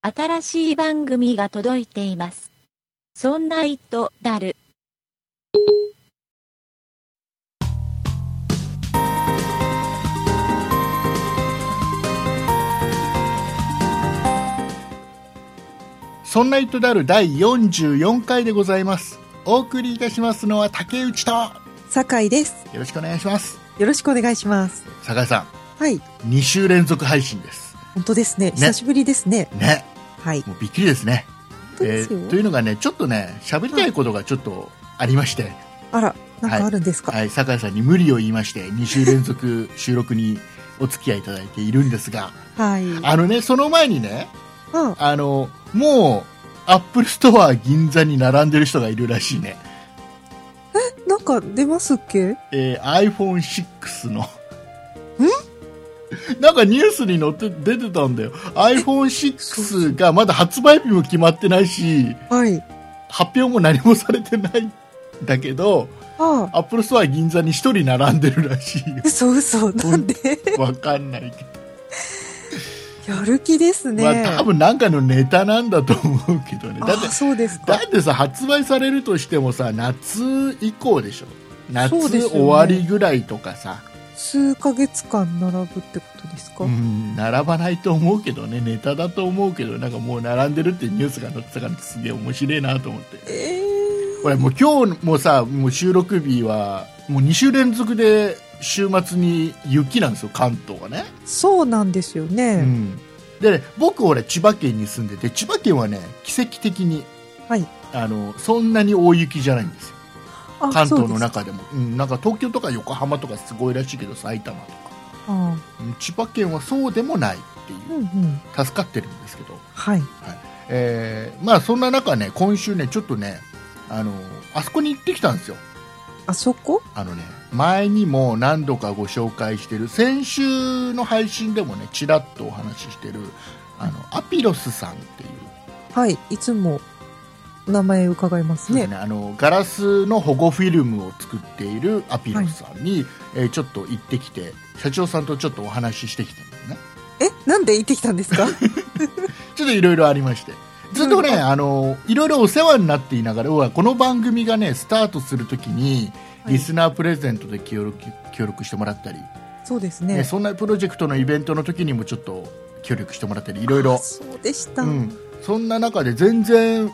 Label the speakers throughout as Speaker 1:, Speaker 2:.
Speaker 1: 新しい番組が届いています。そんな糸だる。
Speaker 2: そんな糸である第44回でございます。お送りいたしますのは竹内と、よ
Speaker 3: 酒井です。
Speaker 2: ろしくお願いします。
Speaker 3: よろしくお願いします。
Speaker 2: 酒井さ
Speaker 3: はい。
Speaker 2: ん、2週連続配信です。
Speaker 3: 本当ですね。久しぶりですね。
Speaker 2: ね、
Speaker 3: はい。
Speaker 2: もうびっくりですね。
Speaker 3: 本当ですよ。
Speaker 2: ーというのがね、ちょっとね、喋りたいことがちょっとありまして、
Speaker 3: あら、なんかあるんですか、
Speaker 2: はい、酒井さんに無理を言いまして、2週連続収録にお付き合いいただいているんですが、
Speaker 3: はい、
Speaker 2: あのね、その前にね、
Speaker 3: うん。
Speaker 2: あの、もう、アップルストア銀座に並んでる人がいるらしいね。
Speaker 3: なんか出ますっけ
Speaker 2: えー、iPhone6 の。 なんかニュースに載って出てたんだよ。iPhone6 がまだ発売日も決まってないし、
Speaker 3: はい。
Speaker 2: 発表も何もされてないんだけど、
Speaker 3: ああ。。
Speaker 2: アップルストア銀座に一人並んでるらしいよ
Speaker 3: 嘘嘘。なんで
Speaker 2: わかんないけ
Speaker 3: やる気です
Speaker 2: ど。
Speaker 3: ね。
Speaker 2: まあ多分なんかのネタなんだと思うけどね。だっ
Speaker 3: あ
Speaker 2: て
Speaker 3: あ、、そうです
Speaker 2: だ
Speaker 3: か。
Speaker 2: ってさ、発売されるとしてもさ、夏以降でしょ。夏
Speaker 3: そうですよね
Speaker 2: 終わりぐらいとかさ、
Speaker 3: 数ヶ月間並ぶってことですか、
Speaker 2: うん、並ばないと思うけどね、ネタだと思うけど、なんかもう並んでるってニュースが載ってたから、すげえ面白いなと思って。
Speaker 3: えー、
Speaker 2: 俺もう今日もさ、もう収録日は、もう2週連続で週末に雪なんですよ、関東がね。
Speaker 3: そうなんですよ
Speaker 2: う
Speaker 3: ね。
Speaker 2: ん。で、ね、僕俺千葉県に住んでて、千葉県はね、奇跡的に、
Speaker 3: はい
Speaker 2: あの、そんなに大雪じゃないんですよ。
Speaker 3: あ
Speaker 2: 関東
Speaker 3: そ
Speaker 2: の
Speaker 3: うです
Speaker 2: 中でもうん、なんか東京とか横浜とかすごいらしいけど埼玉とか
Speaker 3: あ
Speaker 2: うん千葉県はそうでもないってい
Speaker 3: あう
Speaker 2: うん
Speaker 3: うん。
Speaker 2: 助かってるんですけど、
Speaker 3: はい。
Speaker 2: えーまあそんな中ね今週ねちょっとねあのあそこに行ってきたんですよ
Speaker 3: あそこ
Speaker 2: あのね前にも何度かご紹介してる先週の配信でもねちらっとお話ししてるあのアピロスさんっていう
Speaker 3: はい。いつも名前伺います
Speaker 2: そうで
Speaker 3: ね。
Speaker 2: すねあのガラスの保護フィルムを作っているアピロスさんに、えーちょっと行ってきて社長さんとちょっとお話ししてきたんだよね
Speaker 3: え、なんで行ってきたんですか
Speaker 2: ちょっといろいろありましてずっとね、
Speaker 3: うん
Speaker 2: あのいろいろお世話になっていながら要はこの番組がねスタートするときに
Speaker 3: はい
Speaker 2: リスナープレゼントで協力協力してもらったり、
Speaker 3: そうです
Speaker 2: ね
Speaker 3: ね。
Speaker 2: そんなプロジェクトのイベントの時にもちょっと協力してもらったりいろいろ
Speaker 3: あそうでした。
Speaker 2: うん、そんな中で全然、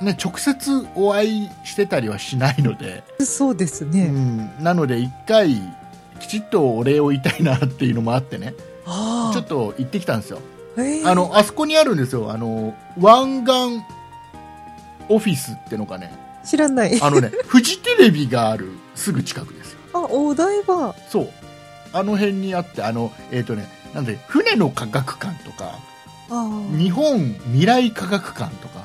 Speaker 2: ね、直接お会いしてたりはしないので。
Speaker 3: そうです
Speaker 2: う
Speaker 3: ね。
Speaker 2: ん、なので一回きちっとお礼を言いたいなっていうのもあってね
Speaker 3: ああ
Speaker 2: ちょっと行ってきたんですよ
Speaker 3: えー
Speaker 2: あのあそこにあるんですよあの湾岸オフィスってのがね
Speaker 3: 知らない。あ
Speaker 2: あのねフジテレビがあるすぐ近くですよ
Speaker 3: お台場。
Speaker 2: そうあの辺にあってあのえっ、とねなんで船の科学館とか
Speaker 3: あ
Speaker 2: 日本未来科学館とか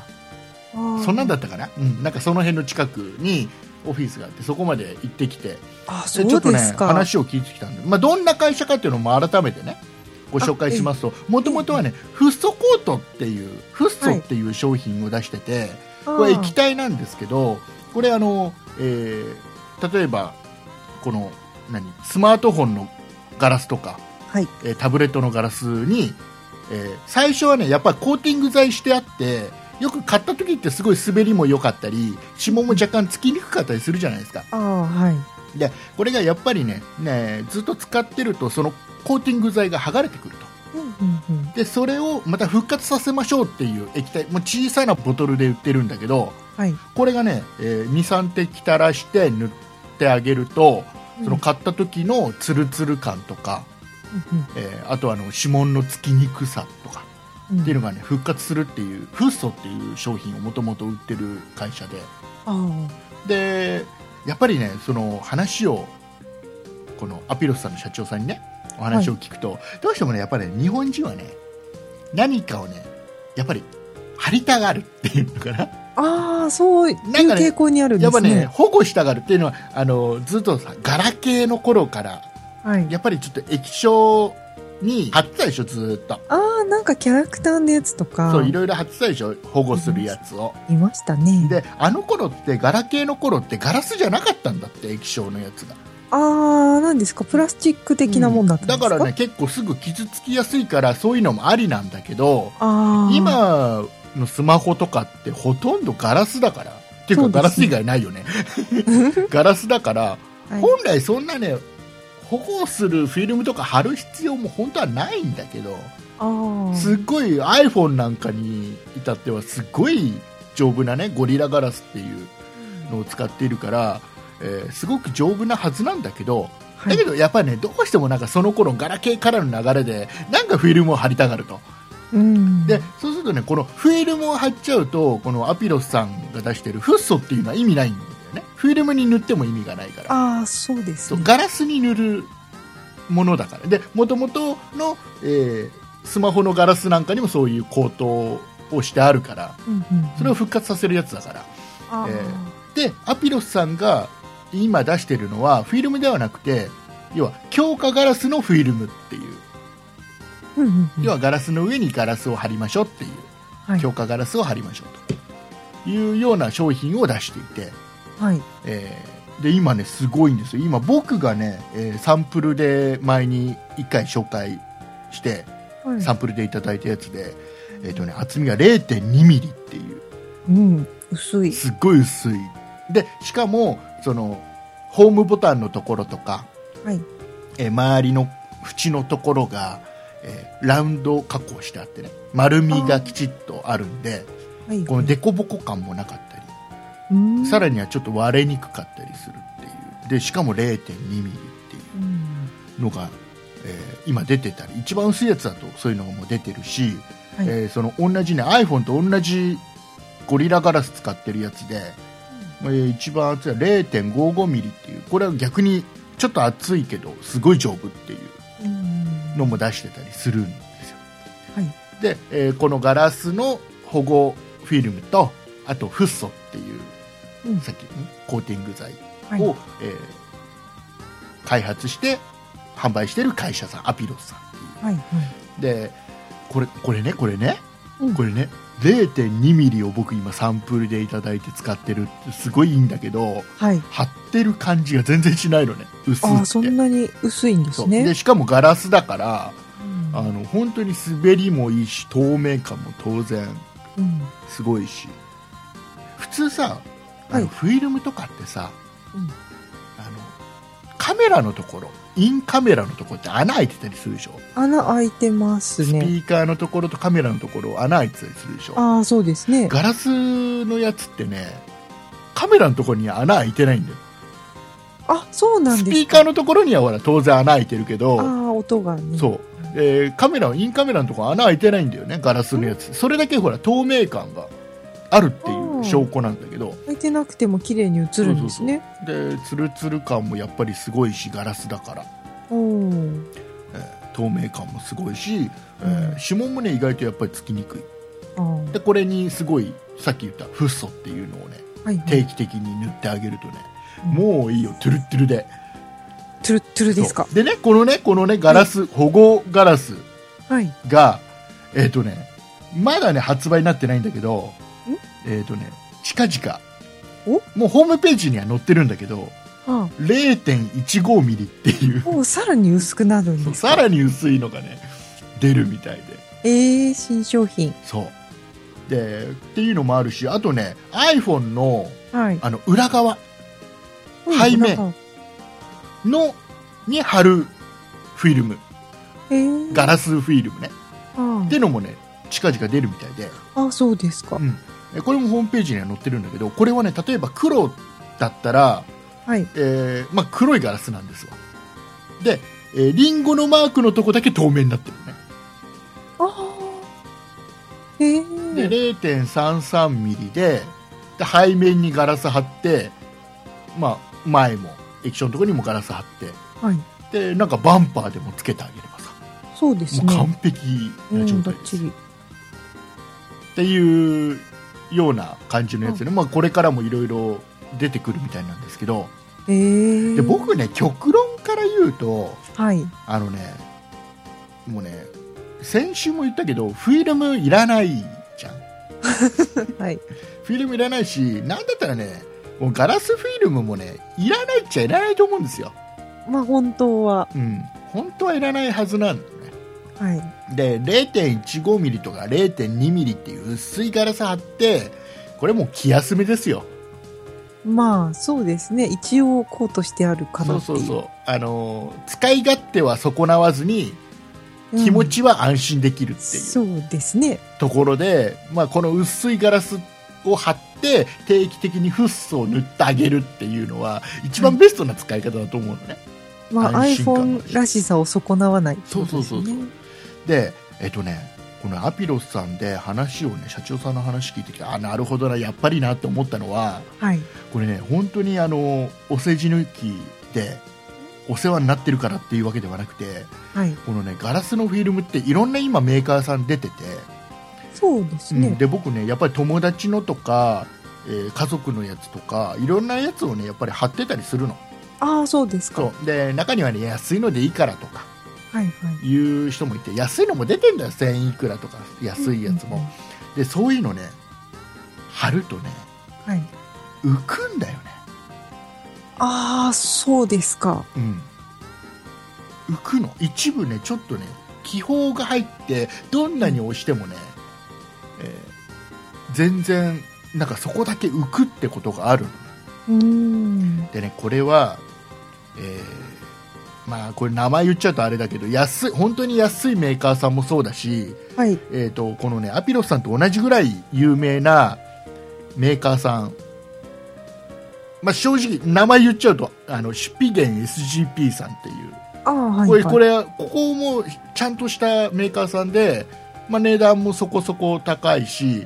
Speaker 3: あ。
Speaker 2: そんなんだったかな、うん、なんかその辺の近くにオフィスがあってそこまで行ってきて
Speaker 3: あー、そ
Speaker 2: でちょっ
Speaker 3: う
Speaker 2: と
Speaker 3: で
Speaker 2: ね
Speaker 3: すか。
Speaker 2: 話を聞いてきたんで、まあ、どんな会社かっていうのも改めてねご紹介しますともともとはねフッ素コートっていうフッ素っていう商品を出してて、これ液体なんですけどこれあの、えー例えばこの何スマートフォンのガラスとか、
Speaker 3: はい
Speaker 2: えータブレットのガラスに、えー最初はねやっぱりコーティング剤してあってよく買った時ってすごい滑りも良かったり指紋も若干つきにくかったりするじゃないですか
Speaker 3: あーあー、はい。
Speaker 2: これがやっぱりねねずっと使ってるとそのコーティング剤が剥がれてくると
Speaker 3: うんうんうん。
Speaker 2: でそれをまた復活させましょうっていう液体もう小さなボトルで売ってるんだけど
Speaker 3: はい。
Speaker 2: これがね、え23滴垂らして塗ってあげるとその買った時のツルツル感とか、
Speaker 3: うんうん
Speaker 2: えーあとあの指紋のつきにくさとか
Speaker 3: うん
Speaker 2: っていうのがね復活するっていうフッ素っていう商品をもともと売ってる会社で
Speaker 3: あ
Speaker 2: でやっぱりねその話をこのアピロスさんの社長さんにねお話を聞くと、どうしてもねやっぱりね日本人はね何かをねやっぱり張りたがるっていうのかな
Speaker 3: あ。ああ、そういう
Speaker 2: なんかね
Speaker 3: 傾向にあるん
Speaker 2: や
Speaker 3: で
Speaker 2: っぱ
Speaker 3: す
Speaker 2: ね
Speaker 3: ね。
Speaker 2: 保護したがるっていうのはあのずっとさガラケーの頃から
Speaker 3: はい。
Speaker 2: やっぱりちょっと液晶に貼ってたでしょずっと
Speaker 3: ああ、なんかキャラクターのやつとか
Speaker 2: そ、ういろいろ貼ってたでしょ保護するやつを
Speaker 3: いましたね。
Speaker 2: であの頃ってガラケーの頃ってガラスじゃなかったんだって液晶のやつが
Speaker 3: ああー、何ですか、プラスチック的なもんだったんで
Speaker 2: だ
Speaker 3: すか、
Speaker 2: からね、結構すぐ傷つきやすいからそういうのもありなんだけど
Speaker 3: あー、
Speaker 2: 今のスマホとかってほとんどガラスだからっていう
Speaker 3: そ
Speaker 2: か
Speaker 3: うですね
Speaker 2: ガラス以外ないよ ねガラスだから
Speaker 3: はい
Speaker 2: 本来そんなね保護するフィルムとか貼る必要も本当はないんだけど
Speaker 3: あー
Speaker 2: すっごい iPhone なんかに至ってはすっごい丈夫なねゴリラガラスっていうのを使っているから、えーすごく丈夫なはずなんだけど、
Speaker 3: は
Speaker 2: だ
Speaker 3: い
Speaker 2: けどやっぱりねどうしてもなんかその頃ガラケーからの流れでなんかフィルムを貼りたがると
Speaker 3: うん、
Speaker 2: でそうするとねこのフィルムを貼っちゃうとこのアピロスさんが出してるフッ素っていうのは意味ないんだよねフィルムに塗っても意味がないから
Speaker 3: ああ、そうです
Speaker 2: そう
Speaker 3: ね。
Speaker 2: ガラスに塗るものだからで元々の、えースマホのガラスなんかにもそういう高騰をしてあるから
Speaker 3: うんうん
Speaker 2: それを復活させるやつだから
Speaker 3: あー
Speaker 2: えでアピロスさんが今出してるのはフィルムではなくて要は強化ガラスのフィルムっていう
Speaker 3: うんうんうん
Speaker 2: 要はガラスの上にガラスを貼りましょうっていう、
Speaker 3: はい
Speaker 2: 強化ガラスを貼りましょうというような商品を出していて、
Speaker 3: はい、
Speaker 2: えーで今ねすごいんですよ今僕がね、えーサンプルで前に1回紹介して
Speaker 3: はい
Speaker 2: サンプルでいただいたやつで、えーとね、厚みが0 2ミリっていう
Speaker 3: うん、薄い。
Speaker 2: すっごい薄いでしかもそのホームボタンのところとか、
Speaker 3: はい。
Speaker 2: えー周りの縁のところが、えーラウンド加工してあってね丸みがきちっとあるんで
Speaker 3: はい。
Speaker 2: この凸凹感もなかったり
Speaker 3: うん
Speaker 2: さらにはちょっと割れにくかったりするっていうでしかも0 2ミリってい
Speaker 3: うん
Speaker 2: うのが、えー今出てたり一番薄いやつだとそういうのも出てるし、
Speaker 3: はい
Speaker 2: えーその同じね iPhone と同じゴリラガラス使ってるやつで、えー一番厚いのは0.55ミリっていうこれは逆にちょっと厚いけどすごい丈夫っていう
Speaker 3: うん
Speaker 2: のも出してたりするんですよ
Speaker 3: はい。
Speaker 2: で、えーこのガラスの保護フィルムとあとフッ素っていう
Speaker 3: うん
Speaker 2: さっきねコーティング剤
Speaker 3: はい
Speaker 2: を、えー開発して販売してる会社さんアピロスさんっていう
Speaker 3: はい。はい。
Speaker 2: でこれこれねこれね、
Speaker 3: うん
Speaker 2: これね0.2ミリを僕今サンプルでいただいて使ってるってすごいいいんだけど
Speaker 3: はい。
Speaker 2: 貼ってる感じが全然しないのね薄
Speaker 3: あ
Speaker 2: く
Speaker 3: あ、そ
Speaker 2: て
Speaker 3: んなに薄いんです
Speaker 2: そう
Speaker 3: ね。
Speaker 2: でしかもガラスだから
Speaker 3: うん
Speaker 2: あの本当に滑りもいいし透明感も当然
Speaker 3: うん
Speaker 2: すごいし普通さあ
Speaker 3: は
Speaker 2: の
Speaker 3: い
Speaker 2: フィルムとかってさ、
Speaker 3: うん
Speaker 2: あのカメラのところインカメラのところって穴開いてたりするでしょ、
Speaker 3: 穴開いてます
Speaker 2: スピ
Speaker 3: ね。
Speaker 2: ーカーのところとカメラのところ穴開いてたりするでしょ
Speaker 3: ああ、そうですね。
Speaker 2: ガラスのやつってねカメラのところには穴開いてないんだよ
Speaker 3: あ、そうなん
Speaker 2: ス
Speaker 3: で
Speaker 2: ピー
Speaker 3: す
Speaker 2: カー
Speaker 3: か。
Speaker 2: のところにはほら当然穴開いてるけ
Speaker 3: あ
Speaker 2: ど
Speaker 3: あ、音がね。
Speaker 2: そう、えーカメラインカメラのところ穴開いてないんだよねガラスのやつそれだけほら透明感があるっていう証拠なんだけど
Speaker 3: 開いてなくても綺麗に映るんですね。
Speaker 2: でツルツル感もやっぱりすごいしガラスだから、
Speaker 3: おー
Speaker 2: えー透明感もすごいし、えー
Speaker 3: うん
Speaker 2: 指紋もね意外とやっぱりつきにくい
Speaker 3: あー
Speaker 2: でこれにすごいさっき言ったフッ素っていうのをね
Speaker 3: はいはい
Speaker 2: 定期的に塗ってあげるとね、
Speaker 3: うん
Speaker 2: もういいよトゥルットゥルで
Speaker 3: トゥルットゥルですか
Speaker 2: そう。でねこのねこのねガラス、保護ガラス
Speaker 3: はい。
Speaker 2: がえっ、とねまだね発売になってないんだけどえっ、とね近々
Speaker 3: お
Speaker 2: もうホームページには載ってるんだけど
Speaker 3: あ
Speaker 2: 0.15ミリっていう
Speaker 3: ーおーさらに薄くなるんですか。
Speaker 2: さらに薄いのがね出るみたいで
Speaker 3: ええ、新商品。
Speaker 2: そうでっていうのもあるしあとね iPhone の
Speaker 3: はい。
Speaker 2: あの裏側
Speaker 3: うん
Speaker 2: 背面。
Speaker 3: なんか
Speaker 2: のに貼るフィルム
Speaker 3: ええ。
Speaker 2: ガラスフィルムね
Speaker 3: あー
Speaker 2: ってのもね近々出るみたいで
Speaker 3: あ、そうですか。
Speaker 2: えこれもホームページには載ってるんだけどこれはね例えば黒だったら、
Speaker 3: はい。
Speaker 2: えーまあ、黒いガラスなんですわで、えーリンゴのマークのとこだけ透明になってるね
Speaker 3: ああ。ええ。
Speaker 2: で0.33ミリでで背面にガラス貼って、まあ、前も液晶のところにもガラス貼っ
Speaker 3: はい。
Speaker 2: てでなんかバンパーでもつけてあげればさ
Speaker 3: そうで
Speaker 2: も
Speaker 3: す
Speaker 2: う
Speaker 3: ね。
Speaker 2: 完璧
Speaker 3: う、
Speaker 2: なん状
Speaker 3: ば
Speaker 2: 態
Speaker 3: っ
Speaker 2: で
Speaker 3: ち
Speaker 2: す、
Speaker 3: り。
Speaker 2: っていうような感じのやつね、まあ、これからもいろいろ出てくるみたいなんですけど
Speaker 3: ええ。
Speaker 2: で僕ね極論から言うと
Speaker 3: はい。
Speaker 2: あのねもうね先週も言ったけどフィルムいらないじゃん
Speaker 3: はい。
Speaker 2: フィルムいらないし、なんだったらね、もうガラスフィルムもね、いらないっちゃいらないと思うんですよ。
Speaker 3: まあ本当は、
Speaker 2: うん、本当はいらないはずなんだよね
Speaker 3: はい。
Speaker 2: で0.15ミリとか0.2ミリっていう薄いガラス貼ってこれもう気休めですよ
Speaker 3: まあそうですね。一応こうとしてあるか
Speaker 2: そ
Speaker 3: な
Speaker 2: う
Speaker 3: って
Speaker 2: そ
Speaker 3: いう。
Speaker 2: うそうあのー使い勝手は損なわずに
Speaker 3: うん
Speaker 2: 気持ちは安心できるっていう
Speaker 3: そうですね。
Speaker 2: ところで、まあ、この薄いガラスを貼って定期的にフッ素を塗ってあげるっていうのは一番ベストな使い方だと思うのね、
Speaker 3: まあ
Speaker 2: 安心感もあるし
Speaker 3: iPhone らしさを損なわないってことです
Speaker 2: そうそう
Speaker 3: ね。
Speaker 2: そうそうでえっとねこのアピロスさんで話をね社長さんの話聞いてきてあなるほどなやっぱりなって思ったのは
Speaker 3: はい。
Speaker 2: これね本当にあのお世辞抜きでお世話になってるからっていうわけではなくて
Speaker 3: はい。
Speaker 2: このねガラスのフィルムっていろんな今メーカーさん出てて、
Speaker 3: そうです
Speaker 2: う
Speaker 3: ね
Speaker 2: ん。で僕ねやっぱり友達のとか、えー家族のやつとかいろんなやつをねやっぱり貼ってたりするの
Speaker 3: ああ、そうですか。は
Speaker 2: そうで中にはね安いのでいいからとか
Speaker 3: いはい。
Speaker 2: いう人もいて安いのも出てんだよ1000いくらとか安いやつも、でそういうのね貼るとね
Speaker 3: うんうん。はい。
Speaker 2: 浮くんだよね
Speaker 3: ああ、そうですか。
Speaker 2: うん、浮くの一部ねちょっとね気泡が入ってどんなに押してもね、えー全然なんかそこだけ浮くってことがあるのね
Speaker 3: うーん。
Speaker 2: でねこれは、えーまあこれ名前言っちゃうとあれだけど安い本当に安いメーカーさんもそうだし、
Speaker 3: はい。
Speaker 2: えー、とこのねアピロスさんと同じぐらい有名なメーカーさんまあ、正直名前言っちゃうとあのシュピゲン SGP さんっていう
Speaker 3: ああ、はい、
Speaker 2: こ
Speaker 3: は
Speaker 2: れ
Speaker 3: い。
Speaker 2: これここもちゃんとしたメーカーさんで、まあ、値段もそこそこ高いし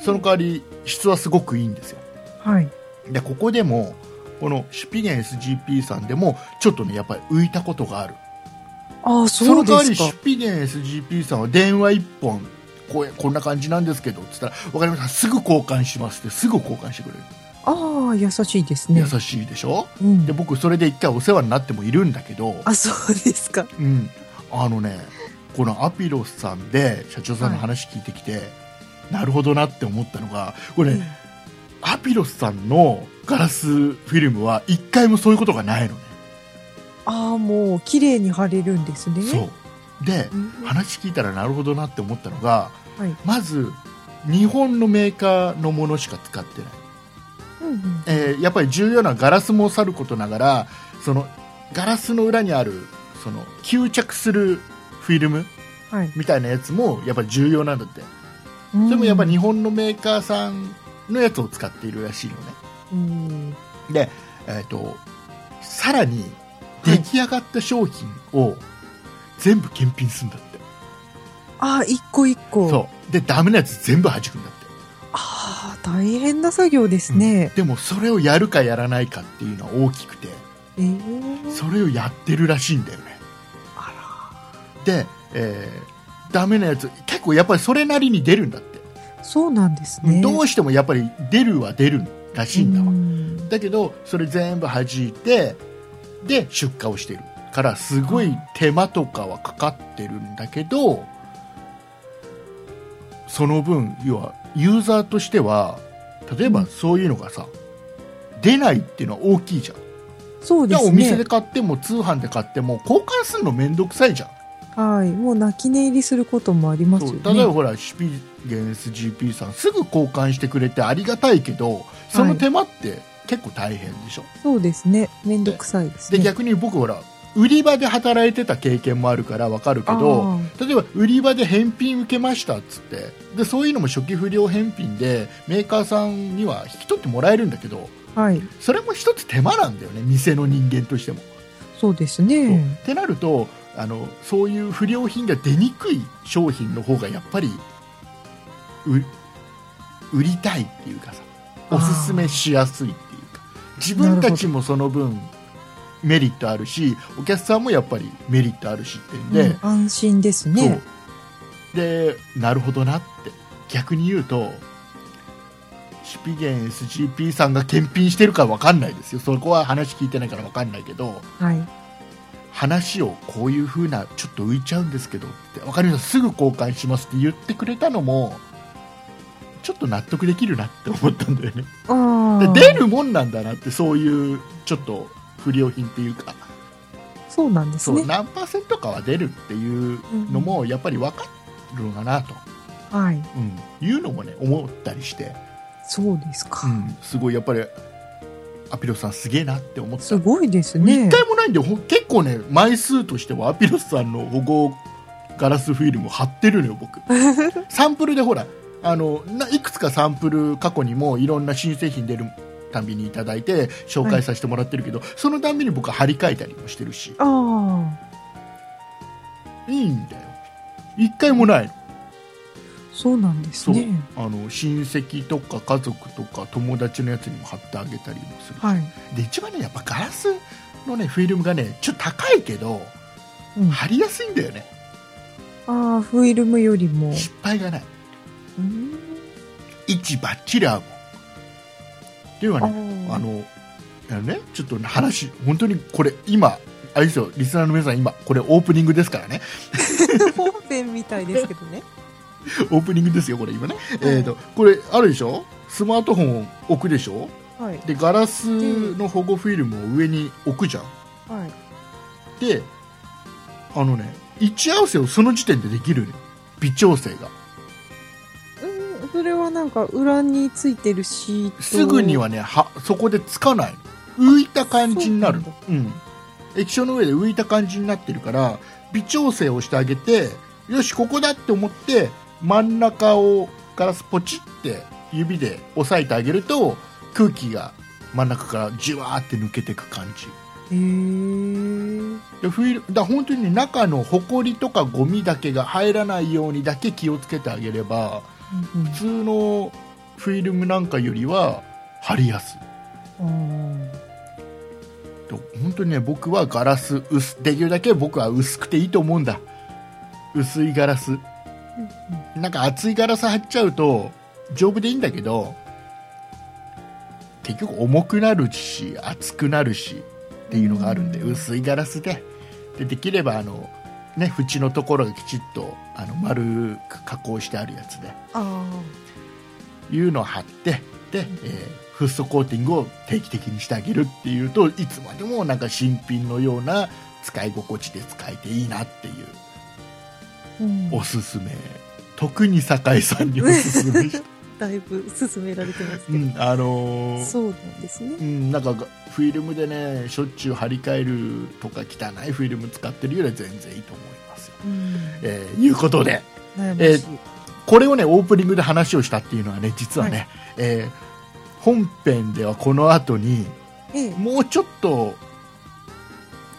Speaker 2: その代わり質はすごくいいんですよ
Speaker 3: はい。
Speaker 2: でここでもこのシュピゲン SGP さんでもちょっとねやっぱり浮いたことがある
Speaker 3: ああ、
Speaker 2: そ
Speaker 3: そ
Speaker 2: の
Speaker 3: うで
Speaker 2: 代わり
Speaker 3: す
Speaker 2: シ
Speaker 3: か
Speaker 2: ュ。ピゲン SGP さんは電話1本こうこんな感じなんですけどっつったら「分かりましたすぐ交換します」ってすぐ交換してくれる、
Speaker 3: ああ、優しいですね。
Speaker 2: 優しいでしょ
Speaker 3: うん
Speaker 2: で。僕それで一回お世話になってもいるんだけど
Speaker 3: あ、そうですか。
Speaker 2: うん、あのねこのアピロスさんで社長さんの話聞いてきて、なるほどなって思ったのがこれ、
Speaker 3: うん
Speaker 2: アピロスさんのガラスフィルムは一回もそういうことがないのね
Speaker 3: ああ、もう綺麗に貼れるんですね。
Speaker 2: そうで
Speaker 3: うん。
Speaker 2: 話聞いたらなるほどなって思ったのが
Speaker 3: はい。
Speaker 2: まず日本のメーカーのものしか使ってない、
Speaker 3: うんうん。
Speaker 2: えーやっぱり重要なガラスもさることながらそのガラスの裏にあるその吸着するフィルム
Speaker 3: はい。
Speaker 2: みたいなやつもやっぱり重要なんだって
Speaker 3: うん
Speaker 2: でもやっぱ日本のメーカーさんのやつを使っているらしいのね。
Speaker 3: うん。
Speaker 2: で、えっ、と、さらに出来上がった商品を全部検品するんだって。
Speaker 3: ああ、一個一個。
Speaker 2: そう。で、ダメなやつ全部弾くんだって。
Speaker 3: ああ、大変な作業ですね。
Speaker 2: でもそれをやるかやらないかっていうのは大きくて、
Speaker 3: ええ
Speaker 2: それをやってるらしいんだよね。
Speaker 3: あ
Speaker 2: で、えーダメなやつ、結構やっぱりそれなりに出るんだって。
Speaker 3: ら、そうなんですね。
Speaker 2: どうしてもやっぱり出るは出るらしいんだわ。
Speaker 3: うん
Speaker 2: だけどそれ全部弾いてで出荷をしてるからすごい手間とかはかかってるんだけどその分要はユーザーとしては例えばそういうのがさ出ないっていうのは大きいじゃん、
Speaker 3: そう
Speaker 2: じ
Speaker 3: で
Speaker 2: ゃあ
Speaker 3: す
Speaker 2: お店で
Speaker 3: ね。
Speaker 2: 買っても通販で買っても交換するの面倒くさいじゃん
Speaker 3: はい。もう泣き寝入りすることもあります
Speaker 2: そ
Speaker 3: よ
Speaker 2: う
Speaker 3: ね。
Speaker 2: 例えばほらシュピゲン SGP さんすぐ交換してくれてありがたいけどその手間って結構大変でしょ、
Speaker 3: そうですね。めんどくさいです
Speaker 2: で
Speaker 3: ね。
Speaker 2: 逆に僕ほら売り場で働いてた経験もあるからわかるけど
Speaker 3: あ
Speaker 2: 例えば売り場で返品受けましたっつってでそういうのも初期不良返品でメーカーさんには引き取ってもらえるんだけど
Speaker 3: あはい。
Speaker 2: それも一つ手間なんだよね店の人間としても。
Speaker 3: そうです
Speaker 2: そう
Speaker 3: ね。
Speaker 2: ってなるとあのそういう不良品が出にくい商品の方がやっぱりう売りたいっていうかさおすすめしやすいっていうか自分たちもその分メリットあるしお客さんもやっぱりメリットあるしってんで、
Speaker 3: うん安心ですね。
Speaker 2: そうでなるほどなって逆に言うとシュピゲン SGP さんが検品してるか分かんないですよそこは話聞いてないから分かんないけど、
Speaker 3: はい。
Speaker 2: 話をこういう風なちょっと浮いちゃうんですけどって分かりましたすぐ交換しますって言ってくれたのもちょっと納得できるなって思ったんだよね
Speaker 3: あ
Speaker 2: で
Speaker 3: あ。
Speaker 2: 出るもんなんだなってそういうちょっと不良品っていうか
Speaker 3: そうなんです
Speaker 2: そう
Speaker 3: ね。
Speaker 2: 何パーセントかは出るっていうのもやっぱり分かるのかなと、
Speaker 3: はい。
Speaker 2: うん、いうのもね思ったりして、
Speaker 3: そうですか。
Speaker 2: うん、すごいやっぱりアピロさんすげえなって思った
Speaker 3: すごいです
Speaker 2: 一
Speaker 3: ね。
Speaker 2: 回もないんでほ結構ね枚数としてはアピロスさんの保護ガラスフィルム貼ってるのよ 僕サンプルでほらあのないくつかサンプル過去にもいろんな新製品出るたびにいただいて紹介させてもらってるけど、そのたんびに僕は貼り替えたりもしてるし
Speaker 3: ああ、
Speaker 2: いいんだよ一回もないの
Speaker 3: そうなんです
Speaker 2: そう、
Speaker 3: ね。
Speaker 2: あの親戚とか家族とか友達のやつにも貼ってあげたりもする、
Speaker 3: はい。
Speaker 2: で一番ねやっぱガラスのねフィルムがねちょっと高いけど
Speaker 3: うん、あ
Speaker 2: 貼りやすいんだよね
Speaker 3: あ、フィルムよりも。
Speaker 2: 失敗がない
Speaker 3: うん
Speaker 2: 位置ばっちり合うもんっていうのはね
Speaker 3: あー
Speaker 2: あのあのねちょっと話本当にこれ今あれですよリスナーの皆さん今これオープニングですからね
Speaker 3: 本編みたいですけどね。
Speaker 2: オープニングですよこれ今ね、えー、とこれあるでしょスマートフォンを置くでしょ
Speaker 3: はい。
Speaker 2: でガラスの保護フィルムを上に置くじゃん
Speaker 3: はい。
Speaker 2: であのね位置合わせをその時点でできるのよ微調整が
Speaker 3: うん、それはなんか裏についてるシート
Speaker 2: すぐにはねはそこでつかないの浮いた感じになるのうん液晶の上で浮いた感じになってるから微調整をしてあげてよしここだって思って真ん中をガラスポチって指で押さえてあげると空気が真ん中からじわーって抜けてく感じ
Speaker 3: へえ
Speaker 2: でフィルだ本当にね中のほこりとかゴミだけが入らないようにだけ気をつけてあげれば普通のフィルムなんかよりは貼りやすいと本当にね僕はガラス薄できるだけ僕は薄くていいと思うんだ薄いガラスなんか厚いガラス貼っちゃうと丈夫でいいんだけど結局重くなるし厚くなるしっていうのがあるんで、
Speaker 3: うん
Speaker 2: 薄いガラスででできればあのね縁のところがきちっとあの丸く加工してあるやつで
Speaker 3: ああ
Speaker 2: いうのを貼ってで、えーフッ素コーティングを定期的にしてあげるっていうといつまでもなんか新品のような使い心地で使えていいなっていう
Speaker 3: うん
Speaker 2: おすすめ特に酒井さんにおすすめした、
Speaker 3: だいぶ勧められてます
Speaker 2: う
Speaker 3: けど、
Speaker 2: ん、あのー
Speaker 3: そうなんですね
Speaker 2: うん、なんかがフィルムでねしょっちゅう張り替えるとか汚いフィルム使ってるよりは全然いいと思いますよ、
Speaker 3: うん
Speaker 2: えーいうことで
Speaker 3: 悩ましい、
Speaker 2: これをねオープニングで話をしたっていうのはね実はね、
Speaker 3: は
Speaker 2: えー本編ではこの後に
Speaker 3: ええ
Speaker 2: もうちょっと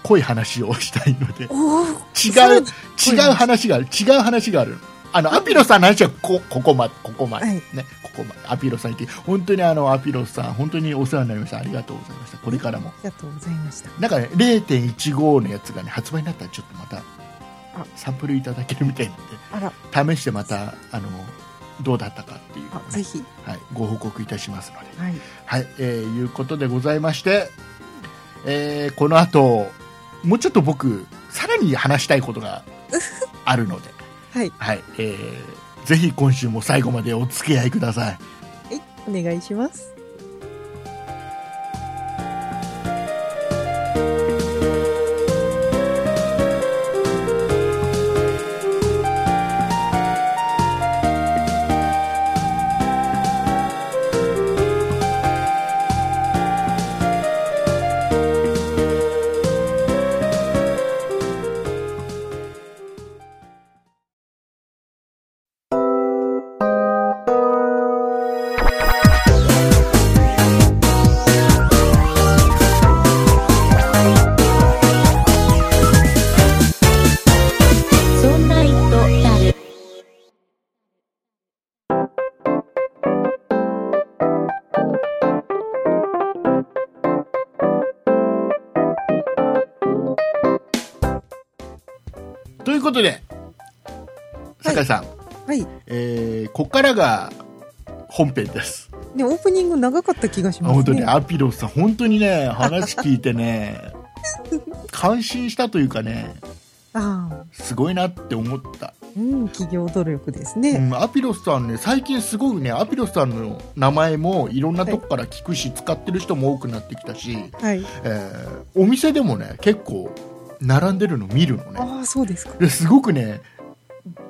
Speaker 2: 濃い話をしたいので
Speaker 3: おお
Speaker 2: 違う
Speaker 3: そう
Speaker 2: 違う話がある違う話があるあのアピロさんの話はこここまでここまで、
Speaker 3: はい
Speaker 2: ねここまでアピロさんって本当にあのアピロさん本当にお世話になりましたありがとうございましたこれからも
Speaker 3: ありがとうございました
Speaker 2: なんかね0.15のやつがね発売になったらちょっとまた
Speaker 3: あ
Speaker 2: サンプルいただけるみたいなん
Speaker 3: あら
Speaker 2: で試してまたあのどうだったかっていうのをね
Speaker 3: あぜひ
Speaker 2: はい、ご報告いたしますので
Speaker 3: はい
Speaker 2: はい、えーいうことでございまして、えーこの後、もうちょっと僕、さらに話したいこと があるので、
Speaker 3: はい
Speaker 2: はい、えーぜひ今週も最後までお付き合いください。
Speaker 3: えお願いします
Speaker 1: そんな糸だる。
Speaker 2: ということで、酒井さん、
Speaker 3: はい
Speaker 2: えーここからが本編です。
Speaker 3: でオープニング長かった気がし
Speaker 2: あ
Speaker 3: ますね
Speaker 2: 本当に、アピロスさん、本当にね、話聞いて ね、感心したというかね、
Speaker 3: あ
Speaker 2: すごいなって思った。
Speaker 3: あうん企業努力ですね、
Speaker 2: うん、アピロスさんね最近すごいねアピロスさんの名前もいろんなとこから聞くし、使ってる人も多くなってきたし、
Speaker 3: はい
Speaker 2: えーお店でもね結構並んでるの見るのね
Speaker 3: ああ、そうですか。
Speaker 2: ですごくね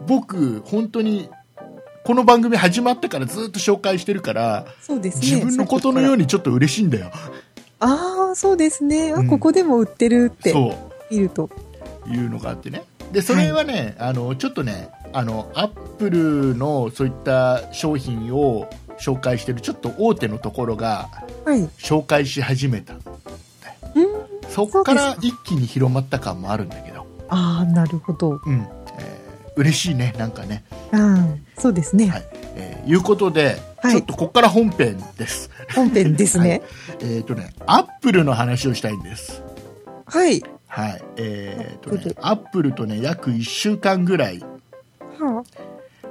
Speaker 2: 僕本当にこの番組始まってからずっと紹介してるから
Speaker 3: そうですね。
Speaker 2: 自分のことのよう
Speaker 3: に。
Speaker 2: にちょっと嬉しいんだよ
Speaker 3: ああ、そうですね。あ、
Speaker 2: うん
Speaker 3: ここでも売ってるって
Speaker 2: そう
Speaker 3: 見ると。
Speaker 2: いうのがあってねでそれはね、あのちょっとねあのアップルのそういった商品を紹介してるちょっと大手のところが
Speaker 3: はい。う
Speaker 2: 紹介し始めた
Speaker 3: ん。
Speaker 2: そこか
Speaker 3: そう
Speaker 2: ら
Speaker 3: ですか
Speaker 2: 一気に広まった感もあるんだけど
Speaker 3: ああ、なるほど。
Speaker 2: うん、えー嬉しいねなんかね、
Speaker 3: うん。そうですね。
Speaker 2: はいえーいうことで、
Speaker 3: はい
Speaker 2: ちょっとここから本編です
Speaker 3: 本編ですね。
Speaker 2: えっ、とねアップルの話をしたいんです
Speaker 3: はい。
Speaker 2: はいえっ、と
Speaker 3: アップ
Speaker 2: ね
Speaker 3: ル
Speaker 2: アップルとね約1週間ぐらい
Speaker 3: は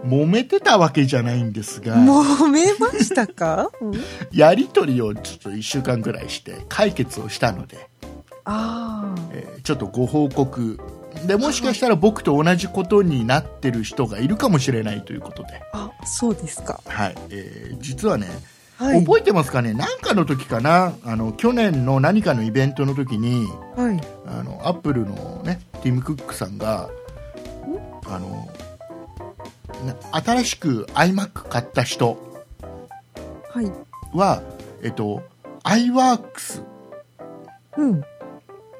Speaker 2: 揉めてたわけじゃないんです
Speaker 3: あ、
Speaker 2: が
Speaker 3: 揉めまし たか、うん、
Speaker 2: やり取りをちょっと1週間ぐらいして解決をしたので、
Speaker 3: ああ。
Speaker 2: えーちょっとご報告でもしかしたら僕と同じことになってる人がいるかもしれないということで、
Speaker 3: あ、そうですか。
Speaker 2: はいえー実はね、
Speaker 3: はい。
Speaker 2: 覚えてますかね何かの時かなあの去年の何かのイベントの時に
Speaker 3: はい。
Speaker 2: あのアップルの、ね、ティム・クックさんがあのな新しく iMac 買った人
Speaker 3: はい。
Speaker 2: は、えっと、iWorks
Speaker 3: うん。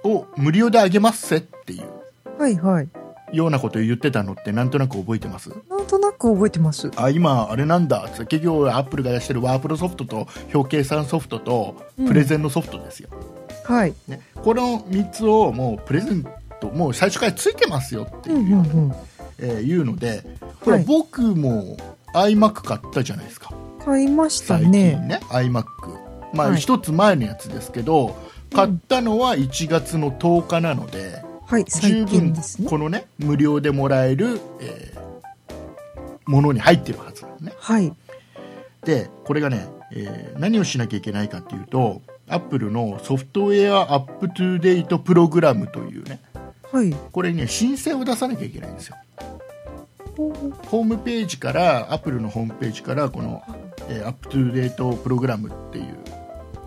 Speaker 2: を無料であげますせっていう
Speaker 3: はいはい。
Speaker 2: ようなことを言ってたのってなんとなく覚えてます
Speaker 3: なんとなく覚えてます。
Speaker 2: あ今あれなんだって企業アップルが出してるワープロソフトと表計算ソフトと
Speaker 3: うん
Speaker 2: プレゼンのソフトですよ、
Speaker 3: はい。
Speaker 2: ね、この3つをもうプレゼントもう最初からついてますよって
Speaker 3: う
Speaker 2: い
Speaker 3: ん
Speaker 2: う,、
Speaker 3: うんうん。
Speaker 2: えーいうのでほら、
Speaker 3: はい
Speaker 2: 僕も iMac 買ったじゃないですか
Speaker 3: 買いました
Speaker 2: 最近ね
Speaker 3: ね。
Speaker 2: iMac まあ
Speaker 3: はい
Speaker 2: 一つ前のやつですけど、買ったのは1月の10日なので、
Speaker 3: はい、
Speaker 2: 十
Speaker 3: 最近
Speaker 2: 分
Speaker 3: ですね。
Speaker 2: このね無料でもらえる、えーものに入ってるはずなのね
Speaker 3: はい。
Speaker 2: でこれがね、えー何をしなきゃいけないかっていうとアップルのソフトウェアアップトゥデートプログラムというね
Speaker 3: はい。
Speaker 2: これにね申請を出さなきゃいけないんですよ
Speaker 3: ほう
Speaker 2: ホームページからアップルのホームページからこの、えーアップトゥデートプログラムっていう